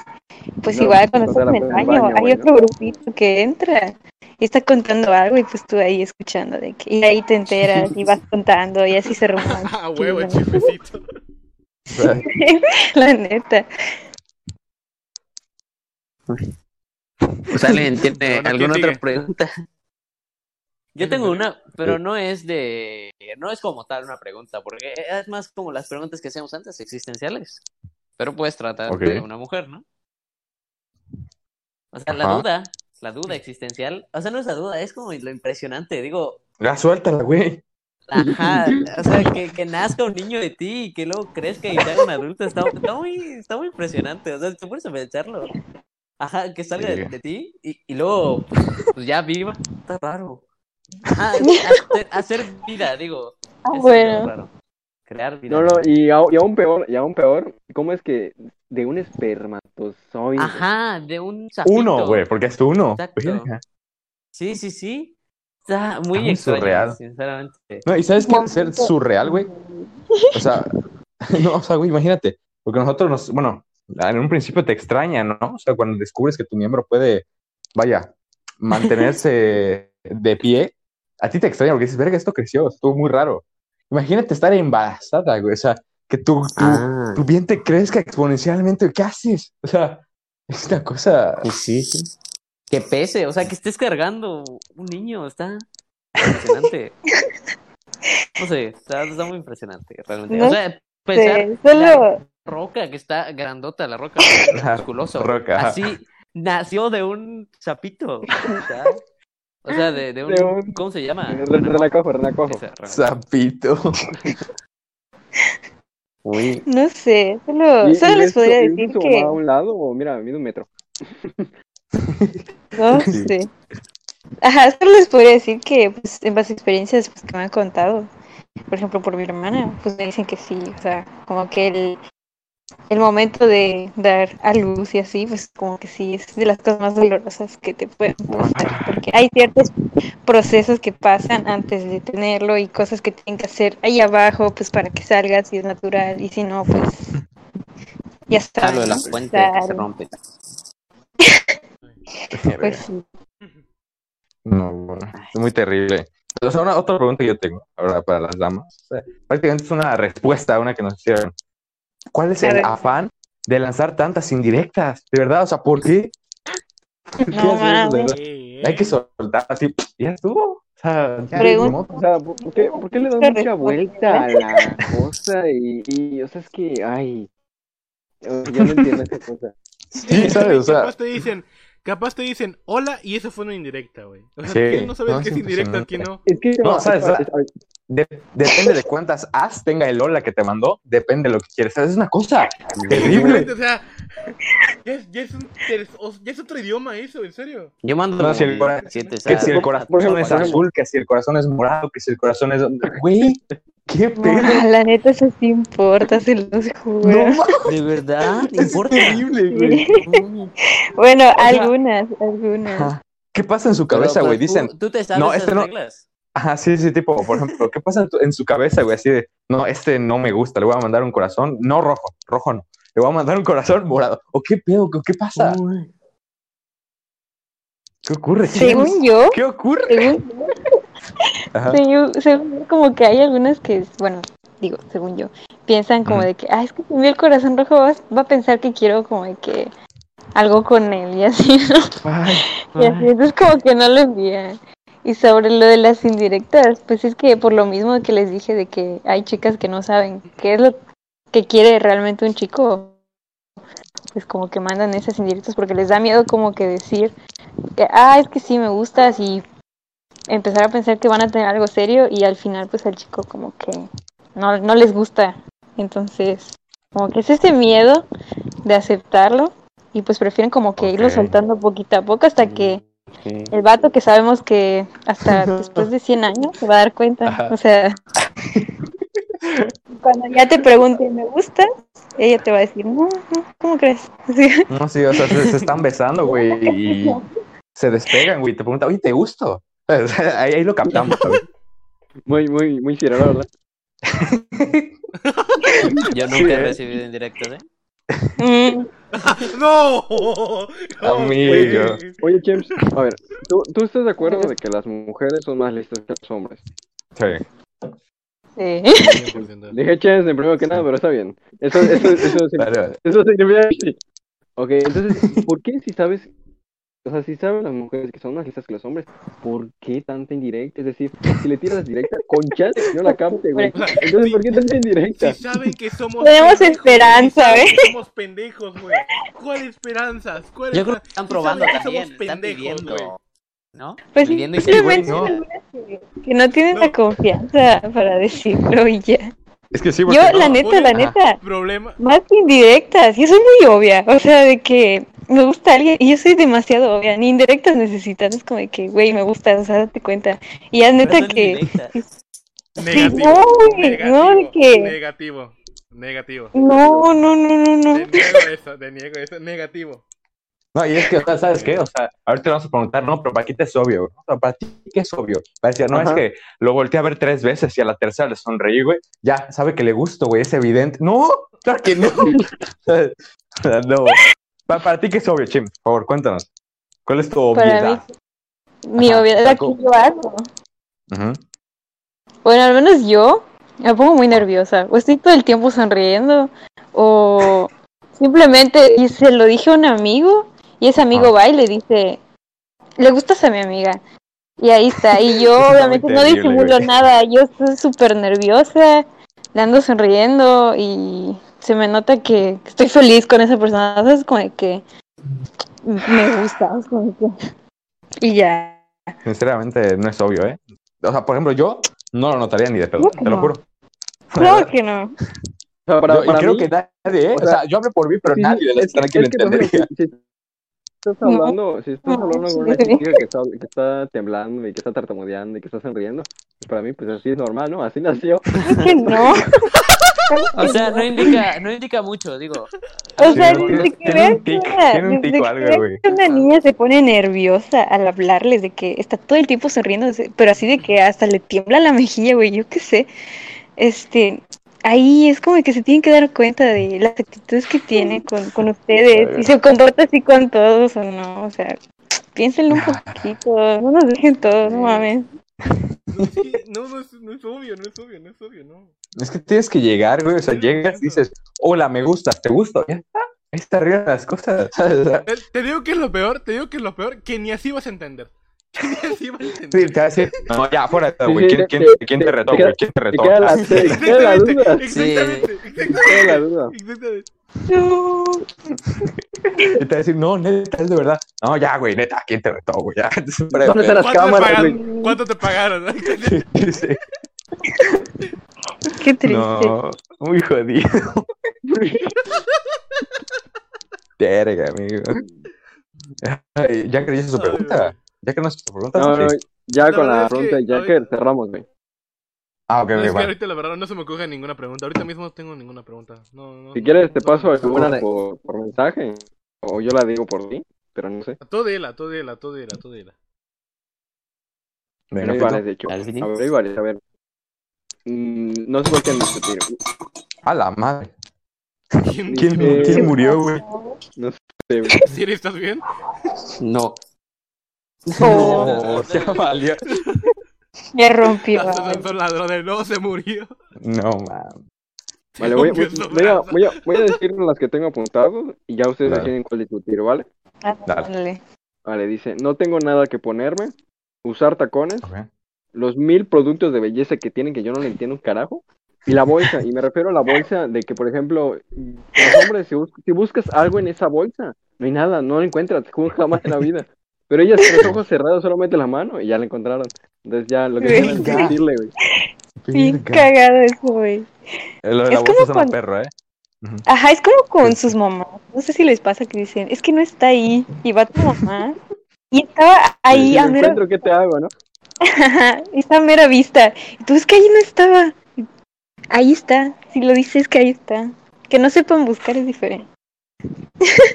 Pues No, igual cuando no te estás la en el puedes en el baño, baño, hay güey, ¿no? otro grupito que entra y está contando algo y pues tú ahí escuchando de que, y ahí te enteras y vas contando y así se rumora. A Ah, huevo, el Sí, chismecito. La neta. Pues alguien tiene Bueno, ¿quién alguna otra sigue? pregunta. ¿Quién Yo tengo sigue? una, pero no es de, no es como tal una pregunta, porque es más como las preguntas que hacíamos antes, existenciales. Pero puedes tratar Ok. de una mujer, ¿no? O sea, la Ajá. duda, la duda existencial, o sea, no es la duda, es como lo impresionante, digo, Ya, suéltala, güey. ajá, o sea, que, que nazca un niño de ti y que luego crezca y sea un adulto, está, está muy, está muy impresionante, o sea, te pones a pensarlo. Ajá, que salga de, Sí. de ti y, y luego, pues ya viva, está raro. Ajá, hacer, hacer vida, digo. Ah, eso es bueno. lo raro. Crear vida. No, no, y, au- y aún peor, y aún peor, ¿cómo es que de un espermatozoide? Ajá, de un sapito. Uno, güey, porque es uno. Exacto. Verga. Sí, sí, sí. Está Está muy muy extraño, surreal. sinceramente. No, ¿y sabes qué? Ser surreal, güey. O sea, no, o sea, güey, imagínate. Porque nosotros nos, bueno, en un principio te extraña, ¿no? O sea, cuando descubres que tu miembro puede, vaya, mantenerse de pie, a ti te extraña porque dices, verga, esto creció, estuvo muy raro. Imagínate estar embarazada, güey. O sea, que tu, tu, Ah, tu vientre crezca exponencialmente. ¿Qué haces? O sea, es una cosa. sí, sí. Que pese, o sea, que estés cargando un niño, está impresionante. No sé, está, está muy impresionante, realmente. No o sea, pensar Sí, solo roca que está grandota, la roca está musculoso. roca, ajá. Así nació de un sapito. ¿verdad? O sea, de, de un, De un- ¿Cómo se llama? Re- Renacojo, renacojo. Esa, rana. Sapito. Uy, no sé, solo, Y- solo y les ves- podría y ves decir su mamá que a un lado o mira, mide un metro? no Sí. sé. Ajá, solo les podría decir que pues, en base a experiencias pues, que me han contado, por ejemplo por mi hermana, pues me dicen que sí, o sea, como que el, el momento de dar a luz y así, pues como que sí, es de las cosas más dolorosas que te pueden pasar, porque hay ciertos procesos que pasan antes de tenerlo y cosas que tienen que hacer ahí abajo, pues para que salga si es natural y si no, pues ya está. ah, lo de la ¿no? fuente que se Claro, rompe. pues sí. No, bueno, es muy terrible. O sea, una, otra pregunta que yo tengo ahora para las damas. O sea, prácticamente es una respuesta a una que nos hicieron. ¿Cuál es A el ver. afán de lanzar tantas indirectas? De verdad, o sea, ¿por qué? ¿Por qué hacer No eso, de mames. verdad? Hay que soltar así, pff, ya estuvo. O sea, ya, Pregun- ni modo. O sea, ¿por por qué, por qué le Otra dan mucha respuesta, vuelta a la cosa? Y, y, o sea, es que, ay, o sea, ya no entiendo esa cosa. Sí, ¿sabes? O sea, Capaz te dicen, capaz te dicen hola y eso fue una indirecta, güey. O sea, Sí. ¿quién no sabes No, qué es es indirecta, impresionante. quién no? Es que, No, es- ¿sabes? es- es- de- depende de cuántas as tenga el hola que te mandó, depende de lo que quieres. O sea, Es una cosa terrible. O sea, ya es, ya es un ter- o- ya es otro idioma eso, en serio. Yo mando No, si el como cora- siete, o Que sea, si el corazón por ejemplo, es por ejemplo. azul, que si el corazón es morado, que si el corazón es... Güey, qué No, pedo. la neta eso sí importa, se los juro. No mames, De verdad, ¿Te es importa. terrible, güey. Mm. Bueno, sea- algunas, algunas. Ajá. ¿Qué pasa en su Pero, cabeza, pero güey? tú- Dicen, Tú te sabes No, esas este no- reglas. ajá, sí, sí, tipo, por ejemplo, ¿qué pasa en tu- en su cabeza, güey? Así de, no, este no me gusta, le voy a mandar un corazón, no rojo, rojo no, le voy a mandar un corazón morado. ¿O qué pedo? ¿Qué, qué pasa? Uy. ¿Qué ocurre? Según yo, ¿Qué ocurre? según, Ajá. según- según- como que hay algunas que, bueno, digo, según yo, piensan como Ujú. de que, ah, es que si me el corazón rojo va, va a pensar que quiero como de que algo con él y así, ¿no? Ay, Y así, entonces como que no lo envían. Y sobre lo de las indirectas, pues es que por lo mismo que les dije de que hay chicas que no saben qué es lo que quiere realmente un chico, pues como que mandan esas indirectas porque les da miedo como que decir que, ah, es que sí me gustas y empezar a pensar que van a tener algo serio y al final pues al chico como que no, no les gusta. Entonces, como que es ese miedo de aceptarlo Y pues prefieren como que irlo Ok. soltando poquito a poco hasta que el vato que sabemos que hasta después de 100 años se va a dar cuenta. Ajá. O sea, cuando ya te pregunten, ¿me gustas? Ella te va a decir, no, no, ¿cómo crees? Así, No, sí, o sea, se, se están besando, güey, y se despegan, güey. Te preguntan, oye, ¿te gusto? O sea, ahí, ahí lo captamos, güey. Muy, muy, muy chirero, ¿verdad? Yo nunca Sí, he ¿eh? recibido indirectas, ¿eh? mm, ¡No! Amigo. Oye, James, a ver, ¿tú, tú estás de acuerdo de que las mujeres son más listas que los hombres? Sí. sí. Dije James en primero que nada, pero está bien. Eso, eso, eso, eso, Vale, vale. eso significa que sí. Ok, entonces, ¿por qué si sabes, o sea, si saben las mujeres que son más listas que los hombres, ¿por qué tanta indirecta? Es decir, si le tiras directa, con chance que no la capte, güey. Entonces, ¿por qué tanta indirecta? Si saben que somos Tenemos pendejos, esperanza, si saben ¿eh? que Somos pendejos, güey. ¿Cuál esperanzas? ¿Cuál Yo creo esperanza? que están Sí probando saben que también, somos están pendejos, pidiendo, güey. ¿no? Pues Pidiendo y simplemente güey, algunas que, que no tienen No. la confianza para decirlo y ya. Es que sí, porque... Yo, la no, neta, una- la Ajá. neta, Problema. más que indirectas, yo soy muy obvia, o sea, de que me gusta alguien y yo soy demasiado obvia, ni indirectas necesitas, es como de que, güey, me gusta, o sea, date cuenta. Y ya Pero neta son que, indirectas. Negativo. no, güey, negativo, no, ¿de qué? Negativo. Negativo. no, no, no, no, no. Te niego eso, te niego eso. Negativo. No, y es que, o sea, ¿sabes qué? O sea, ahorita te vamos a preguntar, no, pero para ti te es obvio, güey. O sea, para ti, ¿qué es obvio? Para decir, no, Ajá. es que lo volteé a ver tres veces y a la tercera le sonreí, güey. Ya, sabe que le gusto, güey, es evidente. No, claro que no. O sea, no. Pa- para ti, ¿qué es obvio, Chim? Por favor, cuéntanos. ¿Cuál es tu Para obviedad? Mi Ajá, obviedad que Paco. yo hago. Ujú. Bueno, al menos yo me pongo muy nerviosa. O estoy todo el tiempo sonriendo. O simplemente y se lo dije a un amigo y ese amigo Ah. va y le dice, le gustas a mi amiga. Y ahí está. Y yo Está muy obviamente no terrible, disimulo güey. nada. Yo estoy súper nerviosa. Le ando sonriendo y se me nota que estoy feliz con esa persona. O sea, es como de que me gusta. es como de que- Y ya. Sinceramente, no es obvio, ¿eh? O sea, por ejemplo, yo no lo notaría ni de pedo, No, te lo no. juro. Claro que no. O sea, para, Yo- y para creo mí- que nadie, o ¿eh? O sea, sea, yo hablo por mí, pero Sí, sí, nadie de la es que- estará que lo es que, por entendería. ejemplo, si- si estás No. hablando, si estás No, hablando sí. con una chica que está, que está temblando y que está tartamudeando y que está sonriendo, pues para mí, pues así es normal, ¿no? Así nació. Claro que no. O sea, no indica, no indica mucho, digo. O sea, Tiene un- desde que tiene veas un tic, que una- tiene un desde tic o que algo, veas güey. que una niña se pone nerviosa al hablarles de que está todo el tiempo sonriendo, pero así de que hasta le tiembla la mejilla, güey, yo qué sé. Este, ahí es como que se tienen que dar cuenta de las actitudes que tiene con, con ustedes y se comporta así con todos o no, o sea, piénsenlo un poquito, no nos dejen todos, no mames. No, sí, no, no es, no es obvio, no es obvio, no es obvio, no. Es que tienes que llegar, güey. O sea, llegas y dices, hola, me gustas, te gusto. Ya está. Ahí está arriba de las cosas. ¿sabes? O sea, Eh, Te digo que es lo peor, te digo que es lo peor, que ni así vas a entender. Que ni así vas a entender. sí, te va a decir, no, ya, fuera de todo, güey. Sí, sí, ¿Quién, te- quién- te- quién te te- retó, te queda- güey? ¿Quién te Te retó? queda la, Ah, te queda la duda. Exactamente, exactamente, Te queda la exactamente, duda. exactamente. No. Y te va a decir, no, neta, es de verdad. No, ya, güey, neta, ¿quién te retó, güey? Ya, fuera de ¿Dónde están pedo. las ¿Cuánto te cámaras, güey? pagaron? ¿Cuánto te pagaron? Sí, sí. Qué triste. No, muy jodido. Verga, amigo. Ay, ya que hizo su Ay, güey. pregunta. Ya que no hizo su pregunta. No, no, sí. ya La con la verdad es que pregunta de Jacker ahorita- cerramos, güey. Ah, ok, No, ok, es que bueno. ahorita la verdad no se me ocurre ninguna pregunta. Ahorita mismo no tengo ninguna pregunta. No, no, Si no, quieres, te no se me paso ocurre. alguna por, por mensaje, o yo la digo por ti, pero no sé. Tú dila, tú dila, tú dila, tú dila. Venga, No pues, hay Pito. varias, de hecho. A Al fin. ver, hay varias, a ver. Mm, No sé por qué discutir. A la madre. ¿Quién, ¿Quién, Eh, quién murió, güey? Sí, güey. Siri, ¿estás bien? No. No, se Oh, valió. Me rompió. Las son ladrones, no, se murió. No, man. Se Vale, voy, voy, rompió su voy a, brazo. voy, a, voy a decir las que tengo apuntado y ya ustedes Claro. deciden cuál discutir, ¿vale? Ándale. Vale, dice, no tengo nada que ponerme, usar tacones, Ok. los mil productos de belleza que tienen que yo no le entiendo un carajo, y la bolsa, y me refiero a la bolsa de que, por ejemplo, los hombres, si, bus- si buscas algo en esa bolsa, no hay nada, no la encuentras ju- jamás en la vida. Pero ellas con los ojos cerrados solamente la mano y ya la encontraron. Entonces ya lo que Güey. quieren es discutirle, güey. Bien Verga. cagado eso, güey. Lo de Es la como bolsa es una cuando- perro, ¿eh? Ujú. Ajá, es como con sus mamás. No sé si les pasa que dicen, es que no está ahí y va tu mamá. Y estaba ahí Si a lo mera, encuentro, ¿qué te hago, no? Ah, Ajá, está a mera vista. Y tú es que ahí no estaba. Ahí está. Si lo dices que ahí está. Que no sepan buscar es diferente.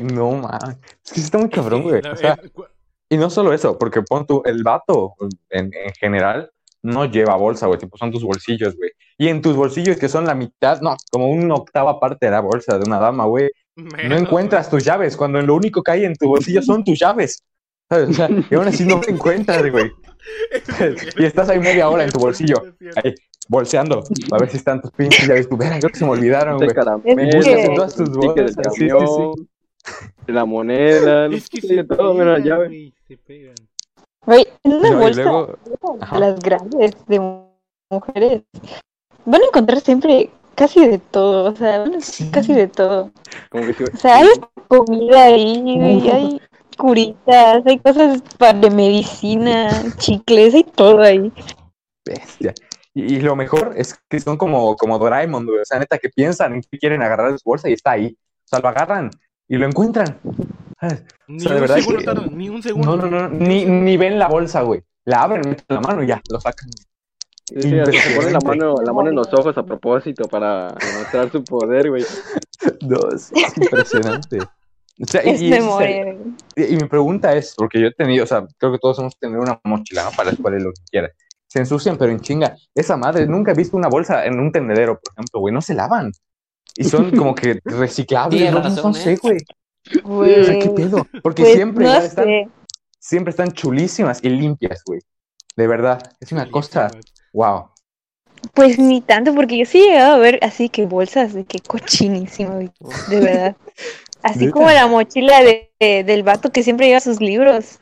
No, man. Es que sí está muy cabrón, güey. La- O sea, eh, cu- y no solo eso, porque pon tú, el vato en, en general no lleva bolsa, güey. Tipo, son tus bolsillos, güey. Y en tus bolsillos, que son la mitad, no, como una octava parte de la bolsa de una dama, güey. No menos, encuentras tus llaves cuando lo único que hay en tu bolsillo son tus llaves. ¿Sabes? O sea, y aún así no te encuentras, güey. güey. Y estás ahí media hora en tu bolsillo. Es cierto. Ahí, bolseando. A ver si están tus pinches llaves. Tú, verga, creo que se me olvidaron, De güey. Este caramelo, este Es que- de Todas tus ticket del bolsas, sí, sí, camión, de la moneda, no Es que sé, se de todo menos la pegan, llave. güey, se pegan. Güey, en una No, y bolsa, luego- Ajá. las grandes de mu- mujeres, van a encontrar siempre casi de todo, o sea, van a- casi de todo. Como que si- O sea, hay comida ahí, y hay curitas, hay cosas pa- de medicina, chicles, hay todo ahí. Bestia. Y, y lo mejor es que son como, como Doraemon, güey. O sea, neta, que piensan en que quieren agarrar de su bolsa y está ahí. O sea, lo agarran y lo encuentran. ¿sabes? Ni O sea, de un verdad segundo que- tardan, ni un segundo. No, no, no. Ni, ni ven la bolsa, güey. La abren, meten la mano y ya, lo sacan. Sí, sí, hasta se pone la Impresionante. mano, la mano en los ojos a propósito para demostrar su poder, güey. Dos. Es impresionante. O sea, y- Es y ese es el- memoria. Y y mi pregunta es, porque yo he tenido, o sea, creo que todos hemos tenido una mochila, ¿no? Para la escuela y lo que quieras. Se ensucian, pero en chinga. Esa madre, nunca he visto una bolsa en un tendedero, por ejemplo, güey. No se lavan. Y son como que reciclables, Tienes ¿no? razón, no ¿eh? sé, güey. güey. O sea, ¿qué pedo? Porque Pues, siempre, no igual están, sé. siempre están chulísimas y limpias, güey. De verdad. Es una cosa, wow. Pues ni tanto, porque yo sí he llegado a ver así que bolsas de que cochinísimo, de, de verdad. Así Oh. ¿Neta? como la mochila de, de- del vato que siempre lleva sus libros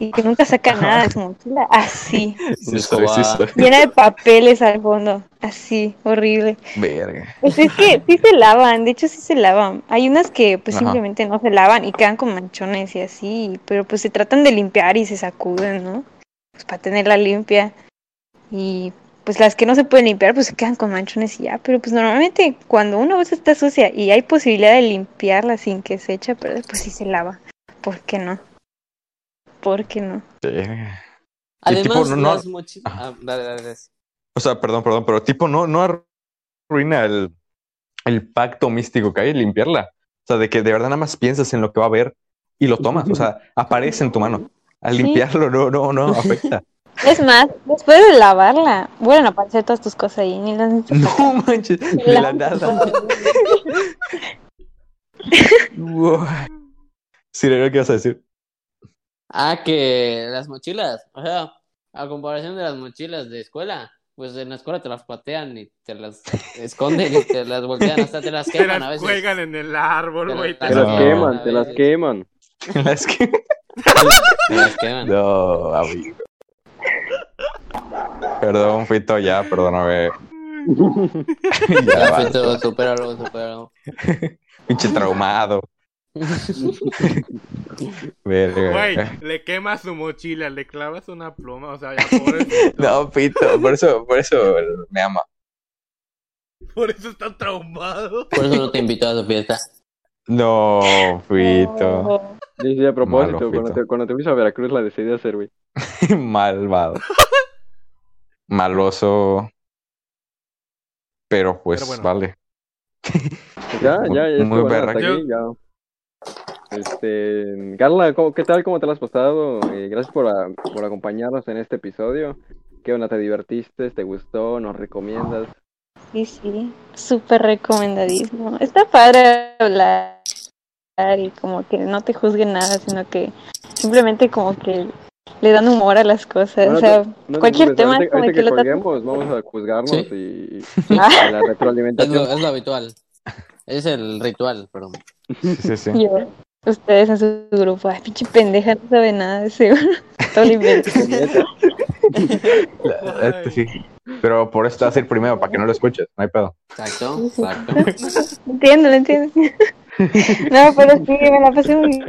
y que nunca saca nada de su mochila, así, Sí, soy, sí, soy. llena de papeles al fondo, así, horrible. Verga. Pues es que sí se lavan, de hecho sí se lavan. Hay unas que pues Ajá. simplemente no se lavan y quedan con manchones y así, pero pues se tratan de limpiar y se sacuden, ¿no? Pues para tenerla limpia. Y pues las que no se pueden limpiar pues se quedan con manchones y ya, pero pues normalmente cuando una bolsa está sucia y hay posibilidad de limpiarla sin que se eche a perder, pues sí se lava. ¿Por qué no? ¿Por qué no? Verga. Y tipo, Además, no- no- las mochilas. Ah, dale, dale, dale. O sea, perdón, perdón, pero tipo, no, no arruina el, el pacto místico que hay, limpiarla. O sea, de que de verdad nada más piensas en lo que va a haber y lo tomas. O sea, aparece en tu mano. Al Sí. limpiarlo, no, no, no afecta. Es más, después de lavarla, vuelven a aparecer todas tus cosas ahí, ni las ni No manches, de la nada. Wow. Cirero, ¿qué vas a decir? Ah, que las mochilas. O sea, a comparación de las mochilas de escuela, pues en la escuela te las patean y te las esconden y te las voltean, hasta te las Te queman las a veces. cuelgan en el árbol, Te güey. las- Te las No. queman, te las queman. Las que- Te las queman. No, amigo. Perdón, Fito, ya, perdóname. ya, Ya, va, Fito, supéralo, supéralo. pinche traumado. Verga. Güey, le quemas su mochila, le clavas una pluma, o sea, ya pobre, No, Pito, por eso, por eso me ama. por eso está traumado. Por eso no te invito a su fiesta. No, Pito. Oh. Sí, sí, a propósito, Malo, cuando Fito. te, cuando te fuiste a Veracruz la decidí hacer, güey. Malvado. Maloso. Pero pues, Pero bueno. vale. Pues Ya, Muy- ya, ya. muy estuvo, ¿no? Hasta berraco. aquí, ya. Este, Carla, ¿cómo- ¿qué tal? ¿Cómo te la has pasado? Eh, gracias por, a- por acompañarnos en este episodio. ¿Qué onda? ¿Te divertiste? ¿Te gustó? ¿Nos recomiendas? Sí, sí, súper recomendadísimo. Está padre hablar y como que no te juzguen nada, sino que simplemente como que le dan humor a las cosas. Bueno, o sea, No te Cualquier preocupes, tema, ahorita, como ahorita que que lo tratas- colguemos, vamos a juzgarnos Sí. y, y Ah. la Es retroalimentación. lo, es lo habitual. Es el ritual, perdón. Sí, sí, sí. yo, ustedes en su grupo, ay, pinche pendeja, no sabe nada de seguro. Todo lo inventa. La- este sí. Pero por esto vas a ir primero, para que no lo escuches. No hay pedo. Exacto, Sí, sí. exacto. Lo entiendo, lo entiendo. no, pero sí, me la pasé muy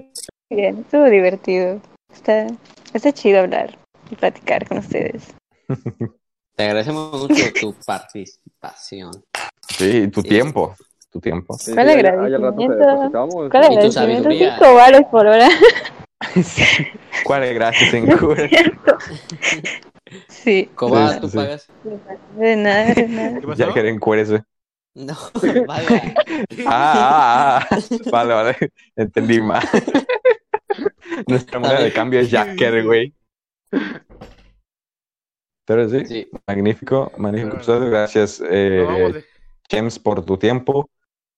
bien, estuvo divertido. Está, está chido hablar y platicar con ustedes. Te agradecemos mucho tu participación. Sí, y tu Sí. tiempo. tu tiempo. Sí, ¿Cuál sí, ayer- ayer rato te agradecimiento? depositamos, ¿Cuál y- Y tu agradecimiento? sabiduría. Cinco varos por hora. ¿Cuál gracias, Sengur? Sí. Cobas, Sí, tú sí. pagas. De nada, de nada. ¿Qué pasó? Ya que era en cueres, güey. No, vaya. Ah, ah, ah. Vale, vale. Entendí mal. Nuestra moneda de cambio es Jacker, güey. Pero sí, Sí. magnífico, magnífico Pero- episodio. Gracias, Nos vamos eh, de- James, por tu tiempo,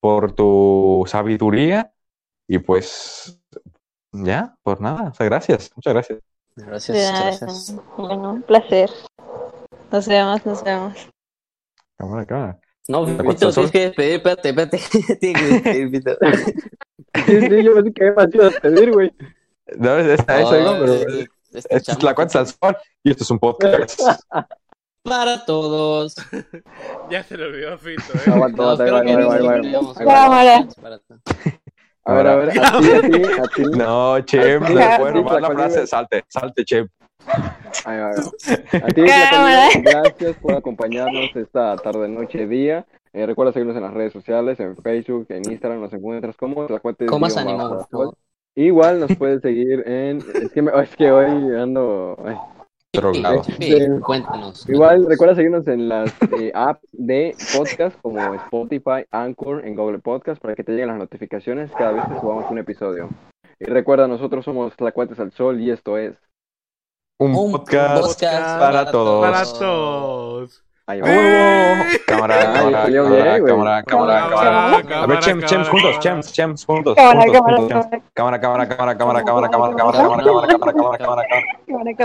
por tu sabiduría y pues ya, por nada. O sea, gracias, muchas gracias. De Gracias, nada, de gracias. nada. Bueno, un placer. Nos vemos, nos vemos. Cámara, cámara. No, cuesta Vito, el sol? tienes que despedir, espérate, espérate. Tienes que despedir, Vito. Sí, sí, yo pensé que me habías ido a despedir, güey. No, es esta, es algo, pero Ay, este esto es chamaco. la cuenta al sol y esto es un podcast. Para todos. Ya se le olvidó Fito, eh. Aguanta, No, aguanta, creo ahí que va, ahí no va, ahí va, ahí va, terminamos. ahí va. Cámara. Para todos. A ver, a ver, a ti, a ti, a ti. No, Chem, Ay, le ya. puede robar la Sí, frase. conmigo. Salte, salte, Chem. Ahí va, ahí va. A ti, Cámara. Natalia, gracias por acompañarnos esta tarde, noche, día. Eh, recuerda seguirnos en las redes sociales, en Facebook, en Instagram, nos encuentras como Tlacuates Comas guión bajo, animal, Tlacuates. Igual nos puedes seguir en... Es que, me- es que hoy ando... ay. Drogado. Sí, Sí. Cuéntanos. Igual recuerda seguirnos en las eh, apps de podcast como Spotify, Anchor, en Google Podcast para que te lleguen las notificaciones cada vez que subamos un episodio. Y recuerda, nosotros somos Tlacuates al Sol y esto es... Un podcast. para todos. Para todos. Ahí va. ¡Huevo! Cámara, Ay, cámara, salió bien, cámara, güey. cámara, cámara, cámara. A ver, Chem, Chem, juntos, Chem, Chem, juntos. Cámara, juntos, cámara, juntos, Chem. Cámara, cámara, cámara, cámara, cámara, cámara, cámara, cámara, cámara, cámara, cámara. cámara.